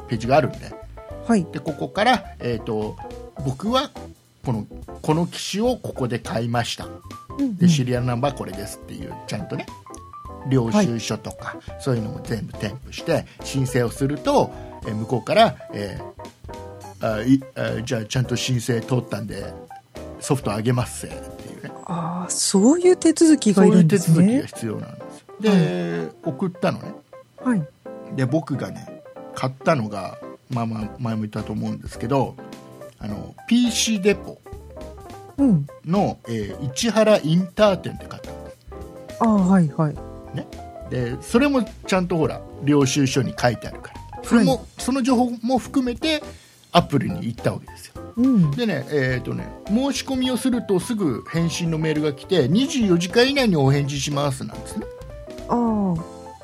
Speaker 2: ページがあるんで
Speaker 3: はい。
Speaker 2: でここから、えー、と僕はこのこの機種をここで買いました
Speaker 3: うんうん
Speaker 2: でシリアルナンバーこれですっていうちゃんとね領収書とか、そういうのも全部添付して申請をするとえー向こうから、えーあいあじゃあちゃんと申請通ったんでソフトあげますせっていうね
Speaker 3: ああ、そういう手続き
Speaker 2: そ
Speaker 3: が
Speaker 2: うい
Speaker 3: いる
Speaker 2: うん手
Speaker 3: です
Speaker 2: 続きが
Speaker 3: ね。
Speaker 2: 必要なんですで、送ったのね
Speaker 3: はい。
Speaker 2: で僕がね買ったのが、まあ、まあ前も言ったと思うんですけどあの PC デポ
Speaker 3: うん。
Speaker 2: の、えー市原インター店で買ったんです
Speaker 3: ああ、はいはい。
Speaker 2: でそれもちゃんとほら領収書に書いてあるからそれも、
Speaker 3: は
Speaker 2: その情報も含めてアップルに行ったわけですよ
Speaker 3: うん。
Speaker 2: でね,、えーとね申し込みをするとすぐ返信のメールが来て24時間以内にお返事しますなんですね
Speaker 3: ああ、うん。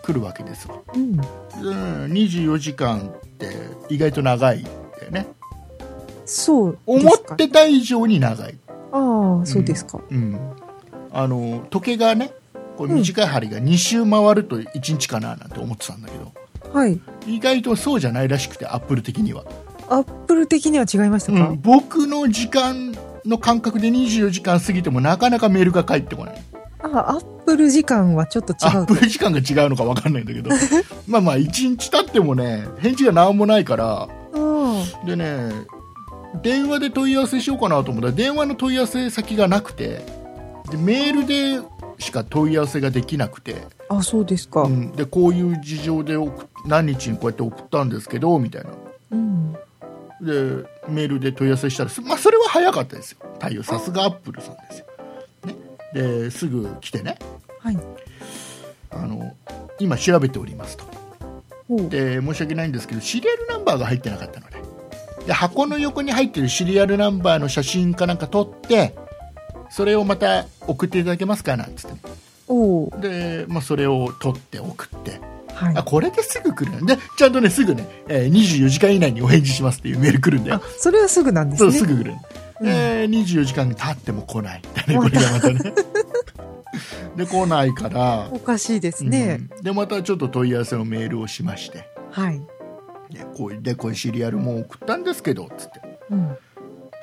Speaker 2: 来るわけですわうん24時間って意外と長いんだよね
Speaker 3: そう
Speaker 2: 思
Speaker 3: ですか。
Speaker 2: ってた以上に長い、
Speaker 3: ああ、そうですか。
Speaker 2: うん、あの時計がねこう短い針が2周回ると1日かななんて思ってたんだけど
Speaker 3: はい。
Speaker 2: 意外とそうじゃないらしくてアップル的には、
Speaker 3: アップル的には違いました
Speaker 2: う
Speaker 3: か
Speaker 2: ん、僕の時間の感覚で24時間過ぎてもなかなかメールが返ってこない
Speaker 3: ああ、アップル時間はちょっと違
Speaker 2: アッ
Speaker 3: う
Speaker 2: プ。ル時間が違うのか分かんないんだ けどまあまあ1日経ってもね返事が何もないから
Speaker 3: あ
Speaker 2: でね電話で問い合わせしようかなと思ったら電話の問い合わせ先がなくてでメールでしか問い合わせができなくて、
Speaker 3: あ、あそうですか
Speaker 2: う。ん、でこういう事情で送っ何日にこうやって送ったんですけどみたいな
Speaker 3: うん。
Speaker 2: でメールで問い合わせしたら、すまあ、それは早かったですよ対応さすがアップルさんですよ、ね、ですぐ来てね
Speaker 3: はい。
Speaker 2: あの今調べておりますと
Speaker 3: ほう。
Speaker 2: で申し訳ないんですけどシリアルナンバーが入ってなかったのでで箱の横に入ってるシリアルナンバーの写真かなんか撮ってそれをまた送っていただけますかなんつってね、
Speaker 3: おお。
Speaker 2: で、まあ、それを撮って送って
Speaker 3: はい
Speaker 2: あ。これですぐ来るんでちゃんとねすぐね、えー24時間以内にお返事しますっていうメール来るんだよ
Speaker 3: あ、それはすぐなんです
Speaker 2: そう
Speaker 3: ね。
Speaker 2: すぐ来る、
Speaker 3: うん
Speaker 2: えー24時間経っても来ないみたいなねこれがまたね で来ないから、
Speaker 3: おかしいですね。
Speaker 2: うんでまたちょっと問い合わせのメールをしまして
Speaker 3: はい。
Speaker 2: でこうでこういうシリアルも送ったんですけどつって
Speaker 3: うん。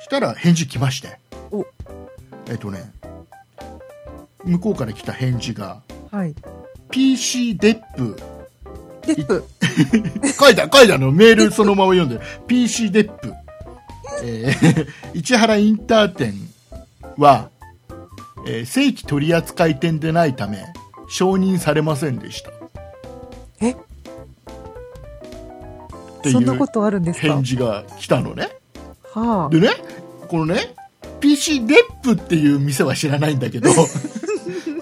Speaker 2: したら返事来まして
Speaker 3: お
Speaker 2: えっとね向こうから来た返事が
Speaker 3: はい。
Speaker 2: PC デップ
Speaker 3: デップ。
Speaker 2: 書いた 書いたのメールそのまま読んで PC デップ、えー 市原インター店は、えー正規取扱店でないため承認されませんでした
Speaker 3: え
Speaker 2: ていう
Speaker 3: そんなことあるんですか
Speaker 2: 返事が来たのね
Speaker 3: は
Speaker 2: でねこのね PC デップっていう店は知らないんだけ ど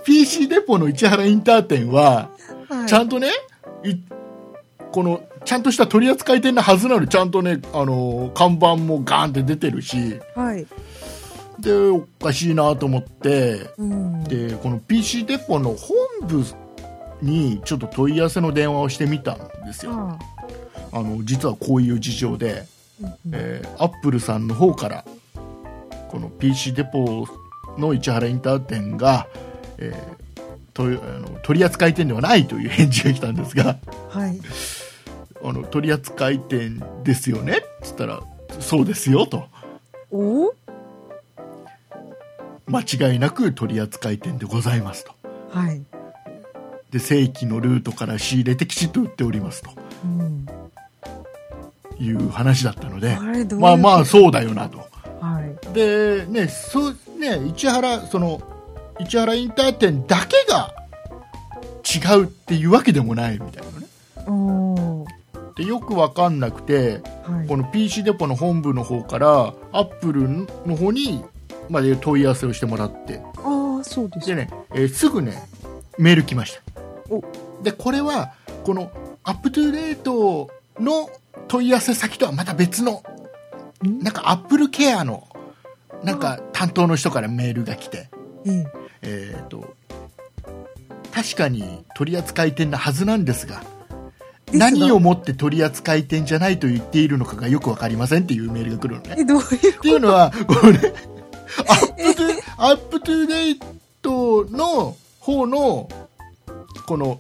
Speaker 2: PC デポの市原インター店は
Speaker 3: あ。はい
Speaker 2: ちゃんとね、いこのちゃんとした取り扱い店なはずなのにちゃんとね、あのー看板もガーンって出てるし
Speaker 3: はい。
Speaker 2: でおかしいなと思って
Speaker 3: うん。
Speaker 2: でこの PC デポの本部にちょっと問い合わせの電話をしてみたんですよ
Speaker 3: はあ。
Speaker 2: あの実はこういう事情で、
Speaker 3: うんうん
Speaker 2: えーアップルさんの方からこの PC デポの市原インター店が、えーとあの取り扱い店ではないという返事が来たんですが。
Speaker 3: はい。
Speaker 2: あの取り扱い店ですよねっつったらそうですよと
Speaker 3: お
Speaker 2: 間違いなく取り扱い店でございますと
Speaker 3: はい。
Speaker 2: で正規のルートから仕入れてきちっと売っておりますと
Speaker 3: うん。
Speaker 2: いう話だったので
Speaker 3: あれどういう
Speaker 2: まあまあそうだよなと
Speaker 3: はい。
Speaker 2: でねそうね市原その市原インター店だけが違うっていうわけでもないみたいなね
Speaker 3: おー
Speaker 2: でよくわかんなくて
Speaker 3: はい。
Speaker 2: この PC デポの本部の方からアップルの方にまで問い合わせをしてもらって
Speaker 3: ああ、そうです
Speaker 2: で。ね、えーすぐねメール来ました
Speaker 3: お
Speaker 2: でこれはこのアップトゥーデートの問い合わせ先とはまた別の
Speaker 3: ん
Speaker 2: なんかアップルケアのなんか担当の人からメールが来て
Speaker 3: ええ。
Speaker 2: えっ、と確かに取扱店なはずなんですが
Speaker 3: すが
Speaker 2: 何をもって取扱店じゃないと言っているのかがよく分かりませんっていうメールが来るのね
Speaker 3: え、どういう
Speaker 2: っていうのは、これ、 アップトゥ、アップトゥデートの方の、この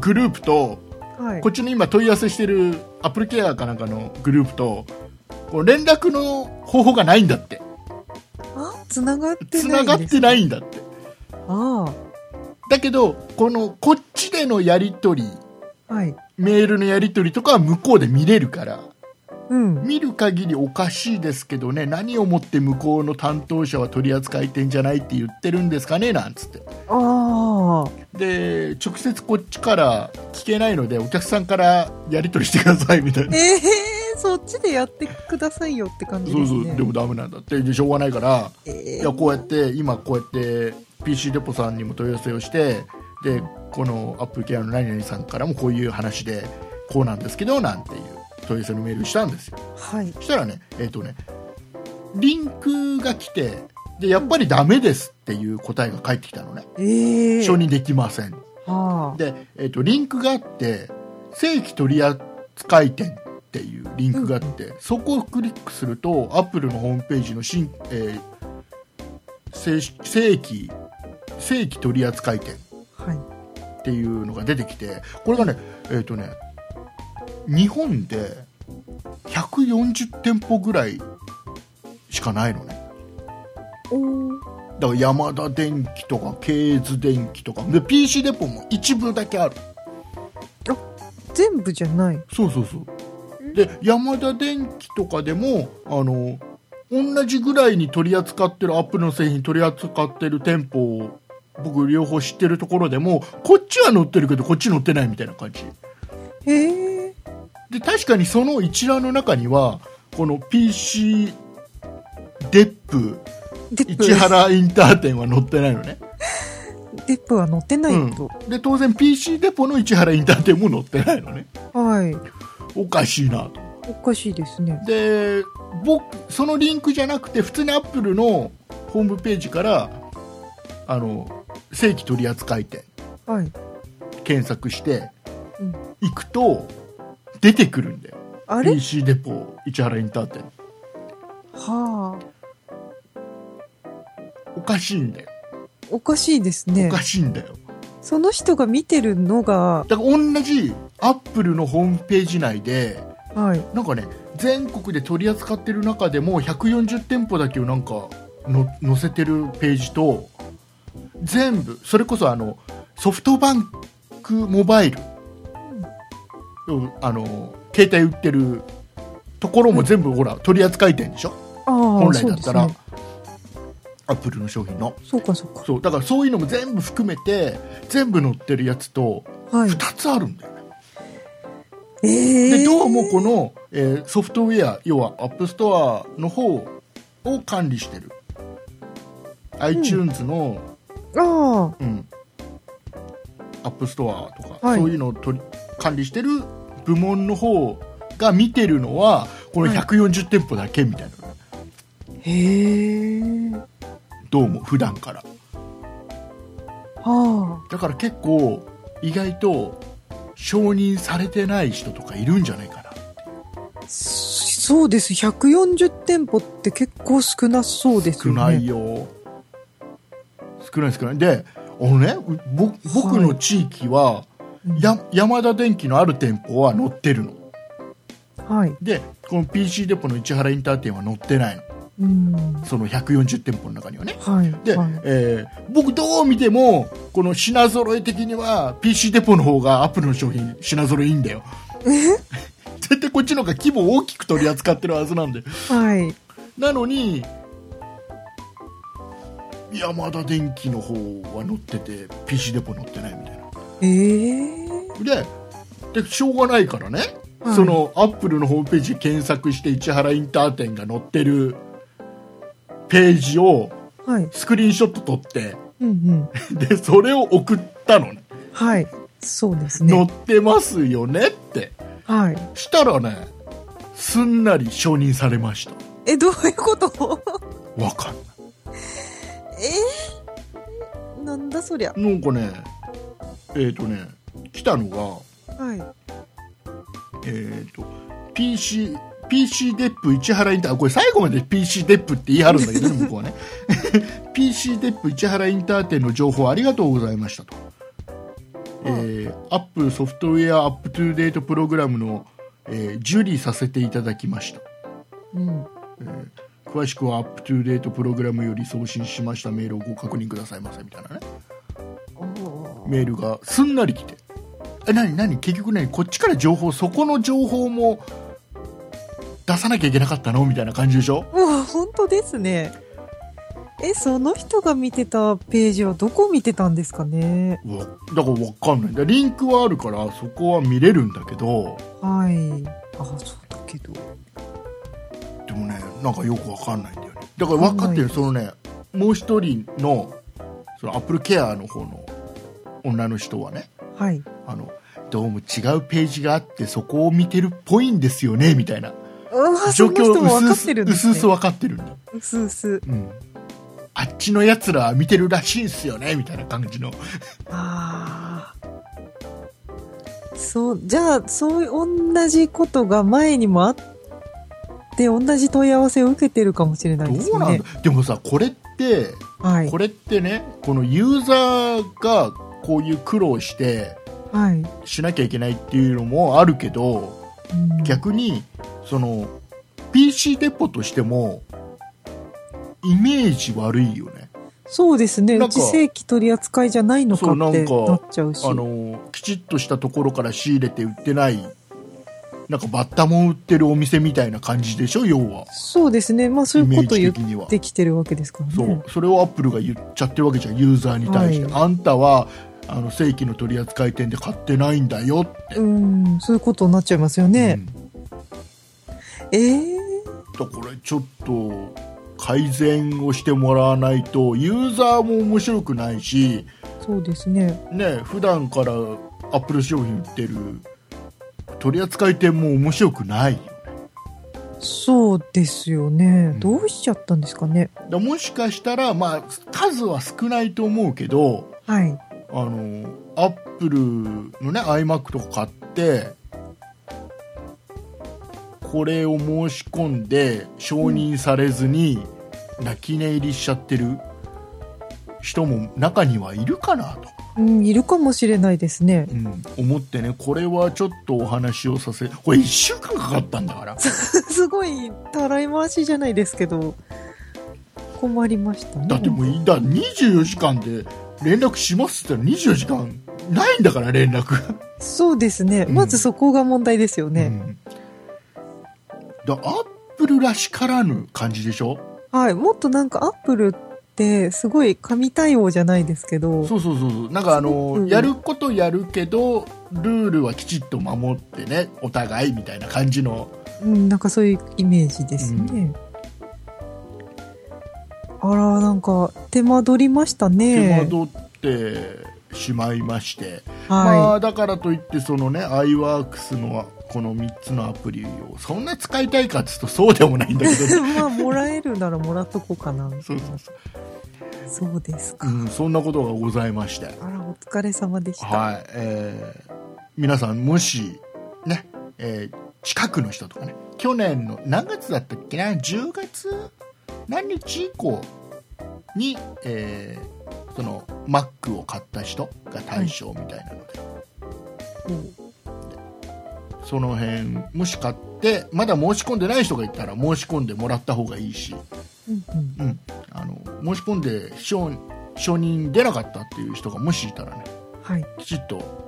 Speaker 2: グループと、
Speaker 3: はい
Speaker 2: こっ。ちの今問い合わせしてるアップルケアかなんかのグループと、こう連絡の方法がないんだって。
Speaker 3: あつながってな
Speaker 2: 繋
Speaker 3: いんです
Speaker 2: がってないんだって。
Speaker 3: あ
Speaker 2: だけど、この、こっちでのやりとり、
Speaker 3: あ。はい。
Speaker 2: メールのやりとりとかは向こうで見れるから、
Speaker 3: うん。
Speaker 2: 見る限りおかしいですけどね、何をもって向こうの担当者は取り扱い店じゃないって言ってるんですかねなんつって。
Speaker 3: ああ。
Speaker 2: で直接こっちから聞けないのでお客さんからやり取りしてくださいみた いな、
Speaker 3: ええそっちでやってくださいよって感じ
Speaker 2: そ
Speaker 3: で
Speaker 2: う
Speaker 3: す
Speaker 2: そう
Speaker 3: ね。
Speaker 2: でもダメなんだってでしょうがないから、
Speaker 3: え
Speaker 2: い
Speaker 3: え
Speaker 2: やこうやって今こうやって PC デポさんにも問い合わせをしてでこのアップルケアの何々さんからもこういう話でこうなんですけどなんていう問い合わせのメールしたんですよ
Speaker 3: はい。
Speaker 2: そしたらねえっ、とねリンクが来てでやっぱりダメですっていう答えが返ってきたのね
Speaker 3: ええ
Speaker 2: 承認できません
Speaker 3: はあ。
Speaker 2: で、えっとリンクがあって正規取扱店っていうリンクがあって、そこをクリックするとアップルのホームページの新、えー正式正規正規取扱店
Speaker 3: はい。
Speaker 2: っていうのが出てきてこれがねえっ、とね日本で140店舗ぐらいしかないのね
Speaker 3: おー
Speaker 2: だからヤマダ電機とかケーズ電機とかで PC デポも一部だけある
Speaker 3: 全部じゃない。
Speaker 2: そうそうそうでヤマダ電機とかでもあの同じぐらいに取り扱ってるアップルの製品取り扱ってる店舗を僕両方知ってるところでもこっちは載ってるけどこっち載ってないみたいな感じ
Speaker 3: ええ
Speaker 2: で確かにその一覧の中にはこの PC デップ
Speaker 3: デップ。
Speaker 2: 市原インター店は載ってないのね、
Speaker 3: デップは乗ってな
Speaker 2: う
Speaker 3: い
Speaker 2: ん
Speaker 3: と。、
Speaker 2: で当然 PC デポの市原インター店も載ってないのね
Speaker 3: はい。
Speaker 2: おかしいなと
Speaker 3: おかしいですね。
Speaker 2: で僕そのリンクじゃなくて普通にアップルのホームページからあの正規取扱店
Speaker 3: はい。
Speaker 2: 検索して
Speaker 3: うん
Speaker 2: 行くと出てくるんだよ
Speaker 3: あれ
Speaker 2: PC デポ市原インター店
Speaker 3: はあ。
Speaker 2: おかしいんだよ
Speaker 3: おかしいです
Speaker 2: お
Speaker 3: ね。
Speaker 2: かしいんだよ
Speaker 3: その人が見てるのが、
Speaker 2: だから同じアップルのホームページ内で
Speaker 3: はい。
Speaker 2: なんかね全国で取り扱ってる中でも140店舗だけをなんかの載せてるページと全部それこそあのソフトバンクモバイル、うんあの携帯売ってるところも全部、ほら取り扱い店でしょ
Speaker 3: ああ、
Speaker 2: 本来だったら、
Speaker 3: そうですね
Speaker 2: アップルの商品の
Speaker 3: そうかそう
Speaker 2: そうだからそういうのも全部含めて全部載ってるやつと
Speaker 3: か。はい。
Speaker 2: 2つあるんだよね、
Speaker 3: ええ
Speaker 2: でどうもこの、えーソフトウェア要はアップストアの方を管理してる、iTunes の、
Speaker 3: あ
Speaker 2: うん、アップストアとか、
Speaker 3: はい
Speaker 2: そういうのを取り管理してる部門の方が見てるのはこの
Speaker 3: はい
Speaker 2: 140店舗だけみたいな、
Speaker 3: あ。へえ。
Speaker 2: どうも普段から
Speaker 3: は
Speaker 2: だから結構意外と承認されてない人とかいるんじゃないかな
Speaker 3: あ。そそうです。140店舗って結構少なそうです
Speaker 2: 少
Speaker 3: よね。
Speaker 2: ないよ、少ない少ないであのねぼ僕の地域は、
Speaker 3: うん
Speaker 2: や山田電機のある店舗は載ってるの
Speaker 3: はい。
Speaker 2: でこの PC デポの市原インター店は載ってないの
Speaker 3: うん。
Speaker 2: その140店舗の中にはね
Speaker 3: はい。
Speaker 2: で、
Speaker 3: はい、
Speaker 2: えー僕どう見てもこの品揃え的には PC デポの方がアップルの商品品揃えいいん だよ絶対こっちの方が規模を大きく取り扱ってるはずなんで
Speaker 3: はい。
Speaker 2: なのに山田電機の方は乗ってて PC デポ乗ってないみたい
Speaker 3: ええ
Speaker 2: なででしょうがないからね、
Speaker 3: はい
Speaker 2: そのアップルのホームページで検索して市原インター店が載ってるページを
Speaker 3: はい。
Speaker 2: スクリーンショット撮って
Speaker 3: うんうん。
Speaker 2: でそれを送ったのね
Speaker 3: はい。そうです
Speaker 2: 乗
Speaker 3: ね。
Speaker 2: ってますよねって
Speaker 3: はい。
Speaker 2: したらねすんなり承認されました
Speaker 3: え、どういうこと
Speaker 2: わかんない
Speaker 3: えー、なんだそりゃ。
Speaker 2: なんかねえっ、とね来たのが
Speaker 3: はい。
Speaker 2: えっ、と PC PC デップ市原インターこれ最後まで PC デップって言い張るんだけどね向こうはね PC デップ市原インター店の情報ありがとうございましたと、えー、アップルソフトウェアアップトゥーデートプログラムの、えー受理させていただきました
Speaker 3: うん。
Speaker 2: 詳しくはアップトゥーデートプログラムより送信しましたメールをご確認くださいませみたいなねメールがすんなり来てえ何何結局何こっちから情報そこの情報も出さなきゃいけなかったのみたいな感じでしょ
Speaker 3: もう本当ですね。え、その人が見てたページはどこ見てたんですかね
Speaker 2: うわだから分かんないだリンクはあるからそこは見れるんだけど
Speaker 3: はい。あ、そうだけど。
Speaker 2: でもねなんかよく分かんないんだよねだから分かってる
Speaker 3: わ
Speaker 2: そのねもう一人のそのアップルケアの方の女の人はね
Speaker 3: はい。
Speaker 2: あのどうも違うページがあってそこを見てるっぽいんですよねみたいな
Speaker 3: うわ、
Speaker 2: 状
Speaker 3: その
Speaker 2: 況
Speaker 3: 人も分
Speaker 2: う
Speaker 3: かっ
Speaker 2: す
Speaker 3: てるん
Speaker 2: う
Speaker 3: ですす
Speaker 2: う
Speaker 3: ね。
Speaker 2: す分かってるんだ、
Speaker 3: うすうす。
Speaker 2: うん、あっちのやつらは見てるらしいんすよねみたいな感じの
Speaker 3: ああ。そう、じゃあ、そういう同じことが前にもあって、同じ問い合わせを受けてるかもしれないですね。
Speaker 2: どうなんだで,、もさこれって
Speaker 3: はい
Speaker 2: こ。れってねこのユーザーがこういう苦労して
Speaker 3: はい。
Speaker 2: しなきゃいけないっていうのもあるけど
Speaker 3: うん
Speaker 2: 逆にその PC デポとしてもイメージ悪いよね
Speaker 3: そうですね。
Speaker 2: なん
Speaker 3: う
Speaker 2: か
Speaker 3: ち正規取り扱いじゃないのか
Speaker 2: そう
Speaker 3: っ
Speaker 2: なん
Speaker 3: て
Speaker 2: か
Speaker 3: なっちゃうし。
Speaker 2: あのきちっとしたところから仕入れて売ってないなんかバッタもん売ってるお店みたいな感じでしょ要は
Speaker 3: そうですね。まあそ
Speaker 2: イ
Speaker 3: ういう
Speaker 2: メ
Speaker 3: こ
Speaker 2: ー
Speaker 3: と
Speaker 2: ジ
Speaker 3: 言っ
Speaker 2: 的には
Speaker 3: てきてるわけですからね。
Speaker 2: そうそれをアップルが言っちゃってるわけじゃんユーザーに対して、
Speaker 3: は
Speaker 2: あんたはあの正規の取り扱い店で買ってないんだよって、
Speaker 3: うん、そういうことになっちゃいますよね。ええ
Speaker 2: うん、だこれちょっと改善をしてもらわないとユーザーも面白くないし
Speaker 3: そうですね。
Speaker 2: ね普段からアップル商品売ってる取り扱い店も面白くないよ
Speaker 3: そうですよね。
Speaker 2: ん
Speaker 3: どうしちゃったんですかね。
Speaker 2: だもしかしたら、まあ、数は少ないと思うけど
Speaker 3: はい。
Speaker 2: あのアップルのね iMac とか買ってこれを申し込んで承認されずに泣き寝入りしちゃってる人も中にはいるかなと、
Speaker 3: うん、いるかもしれないですね。
Speaker 2: うん思ってねこれはちょっとお話をさせこれ1週間かかったんだから
Speaker 3: すごい、たらい回しじゃないですけど、困りましたね。
Speaker 2: だってもういだ24時間で連絡しますって言ったら24時間ないんだから連絡
Speaker 3: そうですね。
Speaker 2: うん
Speaker 3: まずそこが問題ですよね。
Speaker 2: うん、だアップルらしからぬ感じでしょ
Speaker 3: はい。もっとなんかアップルって、すごい神対応じゃないですけど、
Speaker 2: そうそうそうそうなんかあの、
Speaker 3: うん
Speaker 2: やることやるけどルールはきちっと守ってねお互いみたいな感じの
Speaker 3: うん、なんかそういうイメージですね。あら、なんか手間取りました
Speaker 2: 手間
Speaker 3: ね。
Speaker 2: 取ってしまいまして、ま
Speaker 3: は
Speaker 2: あだからといってそのね iWorks のこの3つのアプリをそんな使いたいかっつうとそうでもない んだけど、
Speaker 3: い。 まあ、もらえるならもらっとこう かな。
Speaker 2: そうそうそ
Speaker 3: そうです
Speaker 2: う、
Speaker 3: か。
Speaker 2: うん、そんなことがございまして
Speaker 3: あら、お疲れ様でした。
Speaker 2: はい、えー皆さんもしね、えー近くの人とかね去年の何月だったっけな10月何日以降に、えーその Mac を買った人が対象みたいなので、
Speaker 3: うん
Speaker 2: その辺もし買ってまだ申し込んでない人がいたら申し込んでもらった方がいいし、
Speaker 3: うんうん
Speaker 2: うん、あの申し込んで承承認出なかったっていう人がもしいたらね
Speaker 3: はい。
Speaker 2: きちっと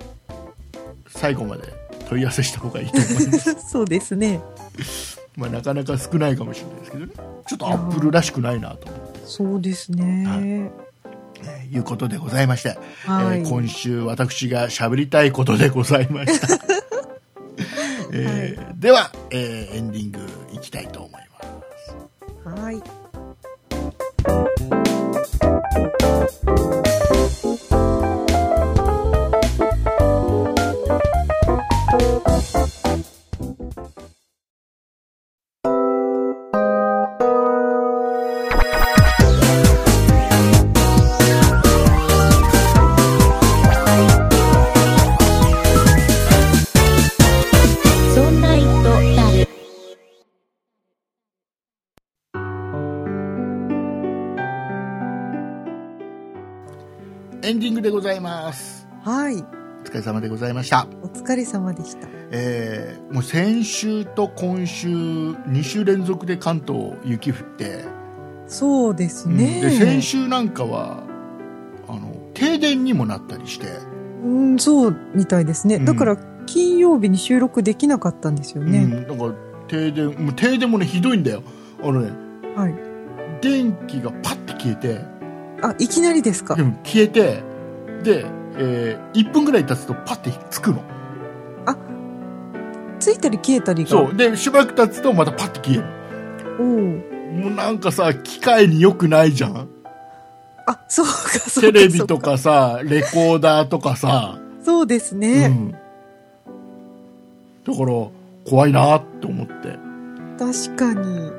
Speaker 2: 最後まで問い合わせした方がいいと思います
Speaker 3: そうですね。
Speaker 2: まあなかなか少ないかもしれないですけどねちょっとアップルらしくないなと、
Speaker 3: そうですね。
Speaker 2: えーいうことでございまして、
Speaker 3: は
Speaker 2: え
Speaker 3: い。
Speaker 2: ー今週私が喋りたいことでございました、えーでは、えーエンディングいきたいと思います
Speaker 3: はい。
Speaker 1: そんな糸だる。
Speaker 2: エンディングでございます
Speaker 3: はい。
Speaker 2: お疲れ様でございました、
Speaker 3: お疲れ様でした。
Speaker 2: えーもう先週と今週2週連続で関東雪降って
Speaker 3: そうです
Speaker 2: うん
Speaker 3: ね。
Speaker 2: で先週なんかはあの停電にもなったりして
Speaker 3: うん、そうみたいですね。
Speaker 2: うん
Speaker 3: だから、金曜日に収録できなかったんですよ
Speaker 2: う
Speaker 3: ね。
Speaker 2: ん、なんか停電もう停電もねひどいんだよあのね
Speaker 3: はい。
Speaker 2: 電気がパッて消えて
Speaker 3: あ、いきなりですか
Speaker 2: で。も消えてで、え1分ぐらい経つとパッてつくの
Speaker 3: ついたり消えたりが。
Speaker 2: そうでしばらく経つとまたパッて消え
Speaker 3: おう
Speaker 2: るもうなんかさ機械によくないじゃん
Speaker 3: あ、そうか、そう
Speaker 2: テ
Speaker 3: か。
Speaker 2: レビと
Speaker 3: そう。
Speaker 2: かさレコーダーとかさ、
Speaker 3: そうです
Speaker 2: う
Speaker 3: ね。
Speaker 2: ん、だから怖いなって思って
Speaker 3: 確かに。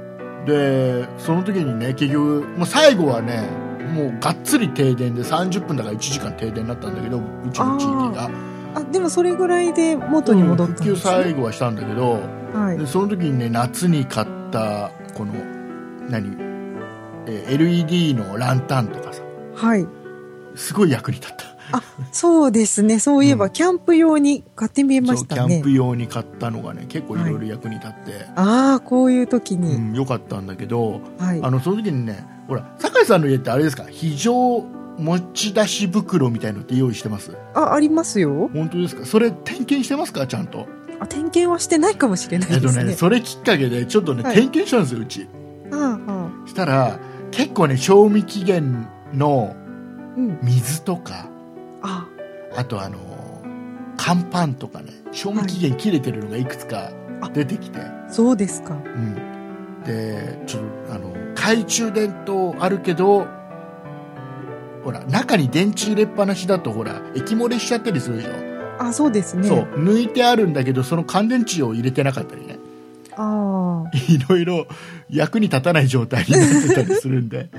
Speaker 2: でその時にね結局もう最後はねもうがっつり停電で30分だから1時間停電になったんだけどうちの地域が
Speaker 3: あ、でもそれぐらいで元に戻ったん
Speaker 2: 復
Speaker 3: です、ね
Speaker 2: 旧最後はしたんだけど
Speaker 3: はい
Speaker 2: で。その時にね夏に買ったこの何えー LED のランタンとかさ
Speaker 3: はい。
Speaker 2: すごい役に立った
Speaker 3: そうですね。そういえば、
Speaker 2: うん
Speaker 3: キャンプ用に買ってみま
Speaker 2: そう
Speaker 3: し
Speaker 2: キ
Speaker 3: た
Speaker 2: ャン
Speaker 3: ね
Speaker 2: プ。用に買ったのがね結構いろいろ役に立って、
Speaker 3: ああ、こういう時
Speaker 2: う
Speaker 3: に。
Speaker 2: ん、よかったんだけど
Speaker 3: はい
Speaker 2: あ。のその時にねほら酒井さんの家ってあれですか非常持ち出し袋みたいのって用意してます
Speaker 3: あ、ありますよ。
Speaker 2: 本当ですかそれ点検してますかちゃんと、
Speaker 3: あ、点検はしてないかもしれない
Speaker 2: えっ
Speaker 3: で
Speaker 2: と
Speaker 3: す
Speaker 2: ね
Speaker 3: ね。
Speaker 2: それきっかけでちょっとね、
Speaker 3: はい
Speaker 2: 点検したんですようち
Speaker 3: ああ、あ
Speaker 2: したら結構ね賞味期限の
Speaker 3: あ、うん。
Speaker 2: 水とか
Speaker 3: あ
Speaker 2: あとあの乾パンとかね賞味期限切れてるのがいくつか
Speaker 3: あ
Speaker 2: 出てきて、
Speaker 3: そうですか。
Speaker 2: うんでちょっとあの懐中電灯あるけどほら中に電池入れっぱなしだとほら液漏れしちゃったりするでしょ、
Speaker 3: あ、そうですね。
Speaker 2: そう。抜いてあるんだけどその乾電池を入れてなかったりね
Speaker 3: ああ、
Speaker 2: いろいろ役に立たない状態になってたりするん で、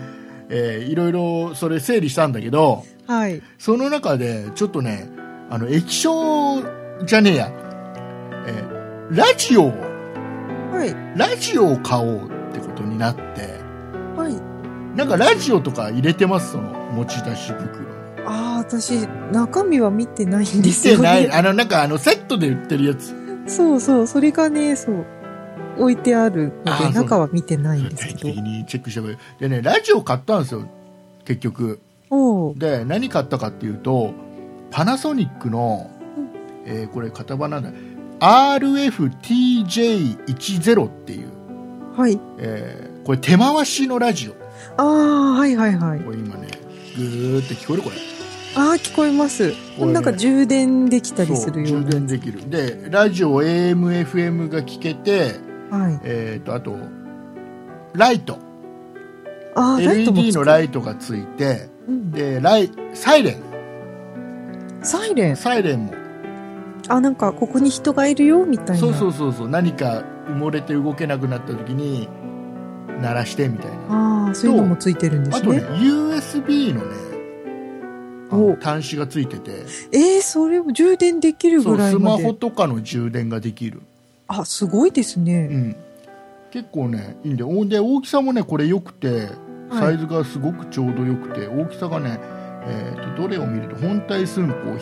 Speaker 2: えーいろいろそれ整理したんだけど、
Speaker 3: はい。
Speaker 2: その中でちょっとね、あの、液晶じゃねえや、えーラジオを、
Speaker 3: はい。
Speaker 2: ラジオを買おうってことになって、
Speaker 3: はい。
Speaker 2: なんかラジオとか入れてますその持ち出し袋
Speaker 3: ああ、私、中身は見てないんで
Speaker 2: 見
Speaker 3: すよ、
Speaker 2: て
Speaker 3: ね。
Speaker 2: ないあのなんかあのセットで売ってるやつ
Speaker 3: そうそう、それがね、そう、置いてある
Speaker 2: あ
Speaker 3: の
Speaker 2: ー
Speaker 3: で、中は見てないんです
Speaker 2: 定期
Speaker 3: け
Speaker 2: 的
Speaker 3: ど。
Speaker 2: にチェックしてもらうでねラジオ買ったんですよ結局
Speaker 3: おう
Speaker 2: で何買ったかっていうとパナソニックの
Speaker 3: うん、
Speaker 2: えーこれ型番なんだ RFTJ10 っていう、
Speaker 3: はい。
Speaker 2: えーこれ手回しのラジオ
Speaker 3: ああ、はいはいはい。
Speaker 2: これ今ねぐーって聞こえるこれ
Speaker 3: ああ、聞こえます。
Speaker 2: これね
Speaker 3: なんか充電できたりするよう
Speaker 2: 充電できるでラジオ AMFM が聞けて
Speaker 3: な。はい。
Speaker 2: えっ、とあとライト
Speaker 3: ああ、ライトも
Speaker 2: LED
Speaker 3: つく
Speaker 2: のライトがついて
Speaker 3: うん
Speaker 2: でライサイレン
Speaker 3: サイレン。
Speaker 2: サイレンも
Speaker 3: あ、なんか、ここに人がいるよ、みたいな。。
Speaker 2: そうそううそうそう何か埋もれて動けなくなった時に鳴らしてみたいな
Speaker 3: ああ、そういうのもついてるんで
Speaker 2: あ
Speaker 3: す
Speaker 2: とね
Speaker 3: ね。
Speaker 2: USB のねあ
Speaker 3: お
Speaker 2: の端子がついてて
Speaker 3: ええそれを充電できる
Speaker 2: そ
Speaker 3: ぐ
Speaker 2: う
Speaker 3: らい
Speaker 2: ス
Speaker 3: ま
Speaker 2: マホ
Speaker 3: で。
Speaker 2: とかの充電ができる、
Speaker 3: あ、すごいです
Speaker 2: う
Speaker 3: ね。
Speaker 2: ん、結構ねいいんでおで大きさもねこれ良くてサ
Speaker 3: は
Speaker 2: イ
Speaker 3: い。
Speaker 2: ズがすごくちょうど良くて大きさがね、えー、とどれを見ると本体寸法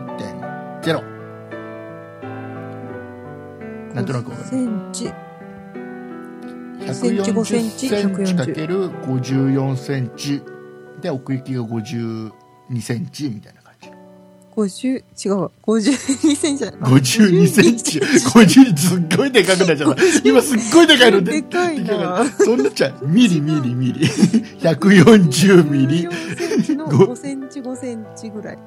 Speaker 2: 140.4×54.4×52.0 なんとなくわかる
Speaker 3: センチ。センチ5
Speaker 2: 140
Speaker 3: セ
Speaker 2: セン
Speaker 3: ンチ
Speaker 2: チ ×54 センチで奥行きが52センチみたいな感じ
Speaker 3: 50、違うわ、52センチじゃない。
Speaker 2: 52セン チ。50すっごいでかくなっちゃった。今すっごいでかいの
Speaker 3: でかいな
Speaker 2: そんなちゃうミリミリミリ。140ミリ。
Speaker 3: 4センチの
Speaker 2: ご
Speaker 3: 5センチ、5センチぐらい。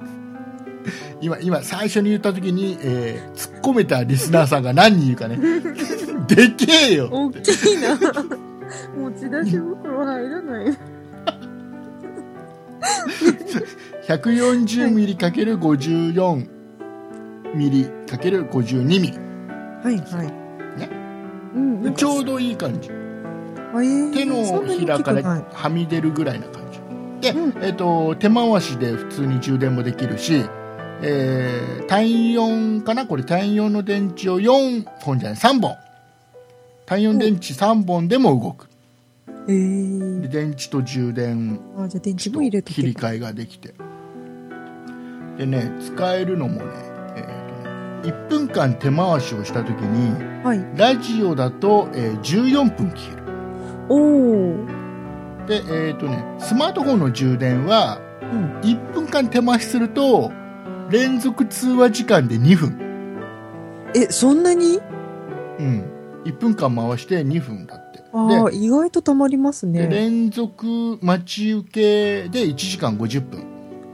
Speaker 2: 今、今、最初に言った時に、えー突っ込めたリスナーさんが何人いるかね。でけえよ
Speaker 3: 大きい な。持ち出し袋入らない。
Speaker 2: 140ミリかける54ミリかける52ミリ。
Speaker 3: はいはい。
Speaker 2: ね。
Speaker 3: うん、なんか
Speaker 2: ちょうどいい感じ。
Speaker 3: あえー
Speaker 2: 手
Speaker 3: そ
Speaker 2: の
Speaker 3: んなに
Speaker 2: ひらか
Speaker 3: 大きくな
Speaker 2: ら
Speaker 3: い
Speaker 2: はみ出るぐらいな感じで、
Speaker 3: う
Speaker 2: えっと手回しで普通に充電もできるし、えー、単4かなこれ単4の電池を4本じゃない3本単4電池3本でも動く、で
Speaker 3: えー、
Speaker 2: 電池と充電
Speaker 3: あじゃあ電池も入れと
Speaker 2: 切
Speaker 3: け
Speaker 2: り
Speaker 3: ば
Speaker 2: 替えができてでね使えるのもね,、えーとね1分間手回しをした時に
Speaker 3: はい。
Speaker 2: ラジオだと、えー14分消える
Speaker 3: おー。
Speaker 2: で、えっ、とね、スマートフォンの充電は、
Speaker 3: うん。
Speaker 2: 1分間手回しすると、連続通話時間で2分。
Speaker 3: え、そんなに
Speaker 2: うん。1分間回して2分だって。
Speaker 3: ああ、意外と溜まります
Speaker 2: で、で
Speaker 3: ね。
Speaker 2: 連続待ち受けで1時間50分。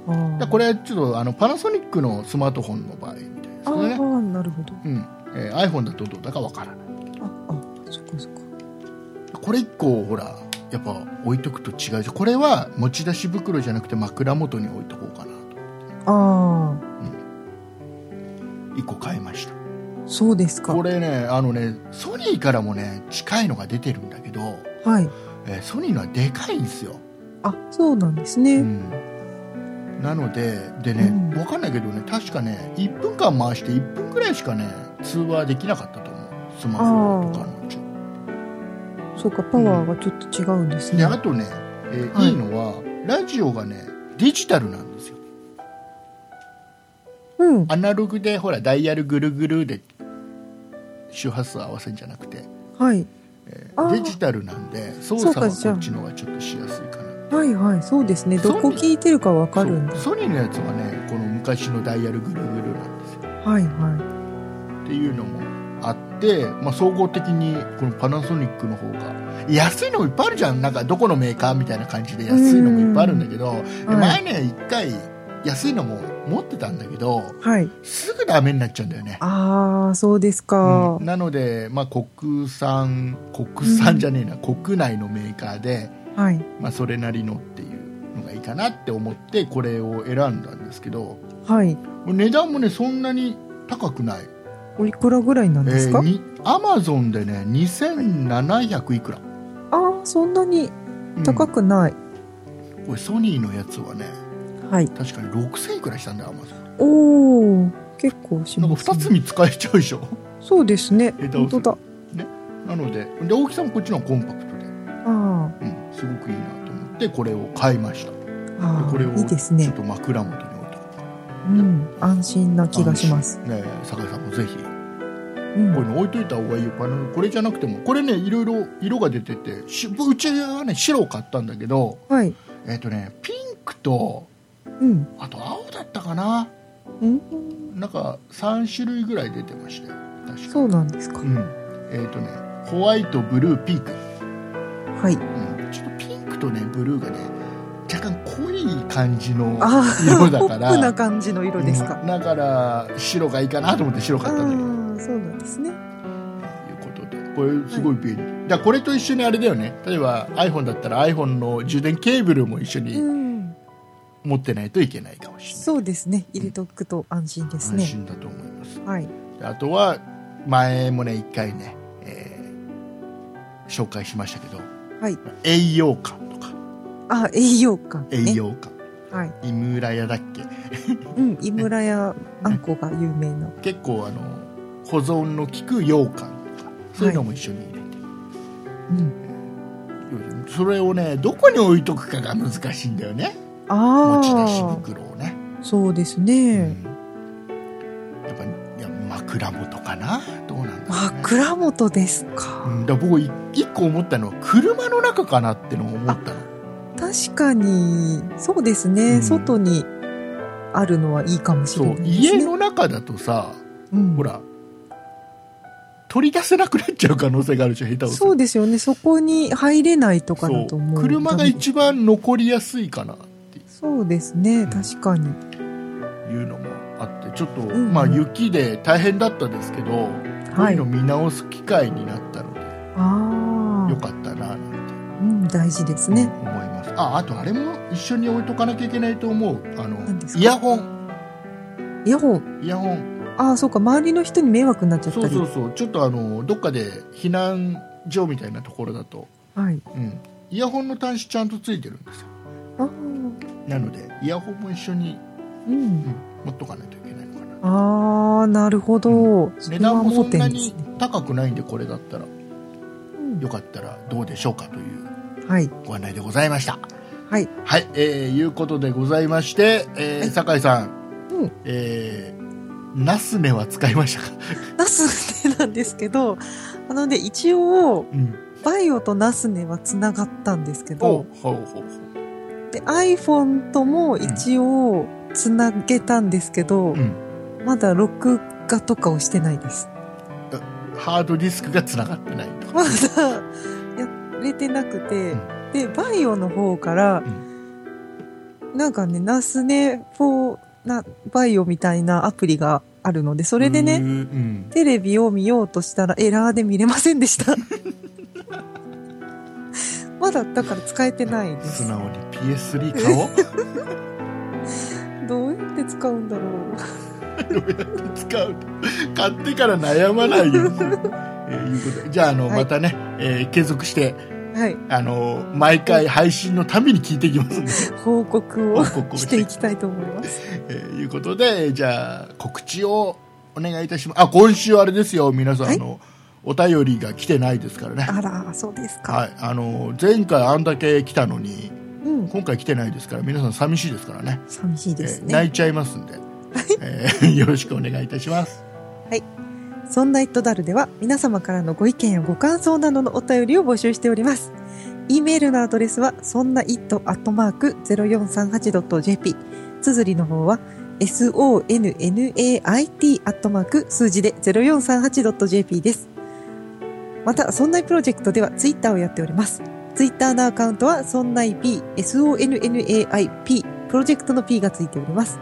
Speaker 3: あー
Speaker 2: だこれはちょっと、あの、パナソニックのスマートフォンの場合みたいです
Speaker 3: あ
Speaker 2: ね。
Speaker 3: ー、なるほど。
Speaker 2: うん。えー iPhone だとどうだかわからない。
Speaker 3: あ、あ、そっかそっか。
Speaker 2: これ1個、ほら、やっぱ置いとくと違うし、これは持ち出し袋じゃなくて枕元に置いとこうかなと。
Speaker 3: あ
Speaker 2: 1個買いました。
Speaker 3: あ、そうですか。
Speaker 2: これねあのねソニーからもね近いのが出てるんだけど、
Speaker 3: はい。
Speaker 2: えーソニーのはでかいんですよ、
Speaker 3: あ、そうなんです
Speaker 2: う
Speaker 3: ね。
Speaker 2: ん、なのででね、
Speaker 3: うん
Speaker 2: 分かんないけどね確かね1分間回して1分ぐらいしかね通話できなかったと思うスマホとかのうち
Speaker 3: そうか、パワーがちょっと違うんですね。
Speaker 2: であとね、えー
Speaker 3: はい
Speaker 2: いいのはラジオがねデジタルなんですよ
Speaker 3: うん。
Speaker 2: アナログでほらダイヤルぐるぐるで周波数合わせるんじゃなくて、
Speaker 3: はい。
Speaker 2: えー
Speaker 3: あー
Speaker 2: デジタルなんで操作
Speaker 3: そ
Speaker 2: は
Speaker 3: うかじゃあ
Speaker 2: こっちの方がちょっとしやすいかな
Speaker 3: はいはい、そうですね。
Speaker 2: ソニ
Speaker 3: ど
Speaker 2: ー
Speaker 3: こ聞いてるかわかるんだ。
Speaker 2: そうソニーのやつはねこの昔のダイヤルぐるぐるなんですよ
Speaker 3: はいは
Speaker 2: っていうのもあって、まあ、総合的にこのパナソニックの方が安いのもいっぱいあるじゃんなんかどこのメーカーみたいな感じで安いのもいっぱいあるんだけど、
Speaker 3: い。
Speaker 2: で
Speaker 3: はい。
Speaker 2: 前ね一回安いのも持ってたんだけど
Speaker 3: はい、
Speaker 2: すぐダメになっちゃうんだよね、
Speaker 3: ああ、そうですか。
Speaker 2: うんなので、まあ、国産国産じゃねえな、国内のメーカーで、
Speaker 3: はい。
Speaker 2: まあ、それなりのっていうのがいいかなって思ってこれを選んだんですけど、
Speaker 3: はい。
Speaker 2: 値段もねそんなに高くない
Speaker 3: おいくらぐらいなん
Speaker 2: え
Speaker 3: ですか、
Speaker 2: アマゾンでね2700いくら、
Speaker 3: ああ、そんなに
Speaker 2: うん
Speaker 3: 高くない。
Speaker 2: これソニーのやつはね
Speaker 3: はい。
Speaker 2: 確かに6000いくらしたんだよアマゾン
Speaker 3: おお、結構し
Speaker 2: なん
Speaker 3: ま
Speaker 2: か
Speaker 3: す、ね。
Speaker 2: 2つ見使えちゃうでしょ
Speaker 3: そうですね。
Speaker 2: 枝を
Speaker 3: 本当だ。
Speaker 2: なのでで大きさもこっちの方がコンパクトで、
Speaker 3: あ
Speaker 2: うん、すごくいいなと思ってこれを買いましたで
Speaker 3: あああ。
Speaker 2: これを
Speaker 3: いいです
Speaker 2: ちょ
Speaker 3: ね
Speaker 2: っ。と枕元に置いて
Speaker 3: うん。安心な気がします。
Speaker 2: ねえ酒井さんもぜひこ
Speaker 3: うん。
Speaker 2: ういうの置いといた方がいいよあのこれじゃなくてもこれねいろいろ色が出ててしうちはね白を買ったんだけど
Speaker 3: はい。
Speaker 2: えっ、とねピンクと
Speaker 3: うん。
Speaker 2: あと青だったかな
Speaker 3: うん。
Speaker 2: なんか3種類ぐらい出てましたよ確か
Speaker 3: そうなんですか
Speaker 2: う。ん、えっ、とねホワイトブルーピンク、
Speaker 3: はい。
Speaker 2: うん、ちょっとピンクとねブルーがね若干濃い感じの
Speaker 3: ああ。
Speaker 2: 色だ
Speaker 3: ポ
Speaker 2: か
Speaker 3: ップな
Speaker 2: ら
Speaker 3: 感じの色ですか。
Speaker 2: うんだから白がいいかなと思って白買ったんだけど
Speaker 3: ああ、そうなんですね。
Speaker 2: ということでこれすごい便利、だからこれと一緒にあれだよね例えば iPhone だったら iPhone の充電ケーブルも一緒
Speaker 3: う
Speaker 2: に
Speaker 3: ん。
Speaker 2: 持ってないといけないかもしれない、
Speaker 3: そうですね。入れとくと安心です
Speaker 2: 安
Speaker 3: ね。
Speaker 2: 心だと思います
Speaker 3: はい。
Speaker 2: であとは前もね一回ね、えー紹介しましたけど
Speaker 3: はい。
Speaker 2: 栄養感とか
Speaker 3: あ、栄養感、ね。
Speaker 2: 栄。養感
Speaker 3: はい。
Speaker 2: 井村屋だっけ
Speaker 3: うん。井村屋あんこが有名な。
Speaker 2: 結構あの保存の効く羊羹とかそういうのも一緒に入れて、
Speaker 3: うん。
Speaker 2: それをねどこに置いとくかが難しいんだよね持ち出し
Speaker 3: あ
Speaker 2: 袋をね、
Speaker 3: あ。そうです
Speaker 2: う
Speaker 3: ね。
Speaker 2: ん、やっぱいや枕元かなどうなんだろう、ね
Speaker 3: 枕元です
Speaker 2: う
Speaker 3: か。
Speaker 2: ん、だから僕い一個思ったのは車の中かなってのを思ったの
Speaker 3: 確かに、そうですね。
Speaker 2: うん
Speaker 3: 外にあるのはいいかもし
Speaker 2: そ
Speaker 3: れな
Speaker 2: う
Speaker 3: いですね。
Speaker 2: 家の中だとさ
Speaker 3: うん
Speaker 2: ほら取り出せなくなっちゃう可能性があるじゃん下手をす
Speaker 3: そう
Speaker 2: る
Speaker 3: ですよね。そこに入れないとかだと
Speaker 2: そ
Speaker 3: 思う。
Speaker 2: う車が一番残りやすいかなって
Speaker 3: そうですね。
Speaker 2: ん
Speaker 3: 確かに。
Speaker 2: いうのもあってちょっと、
Speaker 3: ん
Speaker 2: まあ、雪で大変だったですけど、こう
Speaker 3: はいいう
Speaker 2: の見直す機会になったので
Speaker 3: あ
Speaker 2: よ
Speaker 3: あ。
Speaker 2: かったななんて
Speaker 3: うん、大事です
Speaker 2: 思い
Speaker 3: ね。
Speaker 2: ます、ああとあれも一緒に置いとかなきゃいけないと思うあの
Speaker 3: 何ですか
Speaker 2: イヤホン
Speaker 3: イヤホン。
Speaker 2: イヤホン
Speaker 3: ああ、そうか。周りの人に迷惑になっちゃった
Speaker 2: そう
Speaker 3: り。
Speaker 2: そうそうちょっとあのどっかで避難所みたいなところだと、
Speaker 3: はい。
Speaker 2: うん、イヤホンの端子ちゃんとついてるんですよ
Speaker 3: ああ。
Speaker 2: なのでイヤホンも一緒に、
Speaker 3: うん
Speaker 2: うん、持っとかないといけないのかな
Speaker 3: ああ、なるほど。それ
Speaker 2: 値
Speaker 3: は
Speaker 2: 段もそんな
Speaker 3: 盲点です
Speaker 2: に
Speaker 3: ね
Speaker 2: 高くないんでこれだったら
Speaker 3: うん
Speaker 2: よかったらどうでしょうかという
Speaker 3: はい。
Speaker 2: ご案内でございました。
Speaker 3: はい。
Speaker 2: はい、えー、いうことでございまして、えー
Speaker 3: はい
Speaker 2: 酒井さん、
Speaker 3: うん
Speaker 2: えー、ナスメは使いましたか、
Speaker 3: ナスネなんですけど、あのね、一応、
Speaker 2: うん、
Speaker 3: バイオとナスネは繋がったんですけ
Speaker 2: ほ
Speaker 3: ど、
Speaker 2: うほうほうほう
Speaker 3: で、iPhone とも一応、繋げたんですけど、
Speaker 2: うん、
Speaker 3: まだ録画とかをしてないです。
Speaker 2: ハードディスクがつながってないとか、
Speaker 3: まだ、やれてなくて、で、バイオの方から、
Speaker 2: う
Speaker 3: なんかね、ナスネ4な、バイオみたいなアプリがあるので、そ
Speaker 2: そ
Speaker 3: れでね、
Speaker 2: うん、
Speaker 3: テレビを見ようとしたらエラーで見れません でした。まだだから使えてないで
Speaker 2: 素
Speaker 3: す。
Speaker 2: 直に PS3 買おう
Speaker 3: どうやって使うんだろう。
Speaker 2: 使う買ってから悩まないように、えーいうことでじゃああの、
Speaker 3: はい
Speaker 2: またね、えー継続して
Speaker 3: はい。
Speaker 2: あの毎回配信のたびに聞いていきますん で、
Speaker 3: 報告
Speaker 2: 報
Speaker 3: を
Speaker 2: 告を
Speaker 3: し
Speaker 2: してて
Speaker 3: いきたいと思います。
Speaker 2: えーいうことで、えーじゃあ、告知をお願いいたします。あ、今週あれですよ、皆さん、
Speaker 3: はい
Speaker 2: あの、お便りが来てないですからね。
Speaker 3: あら、そうですか。
Speaker 2: はい。あの、前回あんだけ来たのに、
Speaker 3: うん。
Speaker 2: 今回来てないですから、皆さん寂しいですからね。
Speaker 3: 寂しいです
Speaker 2: えー泣
Speaker 3: ね。
Speaker 2: いちゃいますんで、えーよろしくお願いいたします。
Speaker 3: そんなイットダルでは皆様からのご意見やご感想などのお便りを募集しております。e メールのアドレスは、そんな it.0438.jp。綴りの方は、sonnait アットマーク数字で 0438.jp です。また、そんないプロジェクトではツイッターをやっております。ツイッターのアカウントは、そんない p、sonnaip、プロジェクトの p がついております。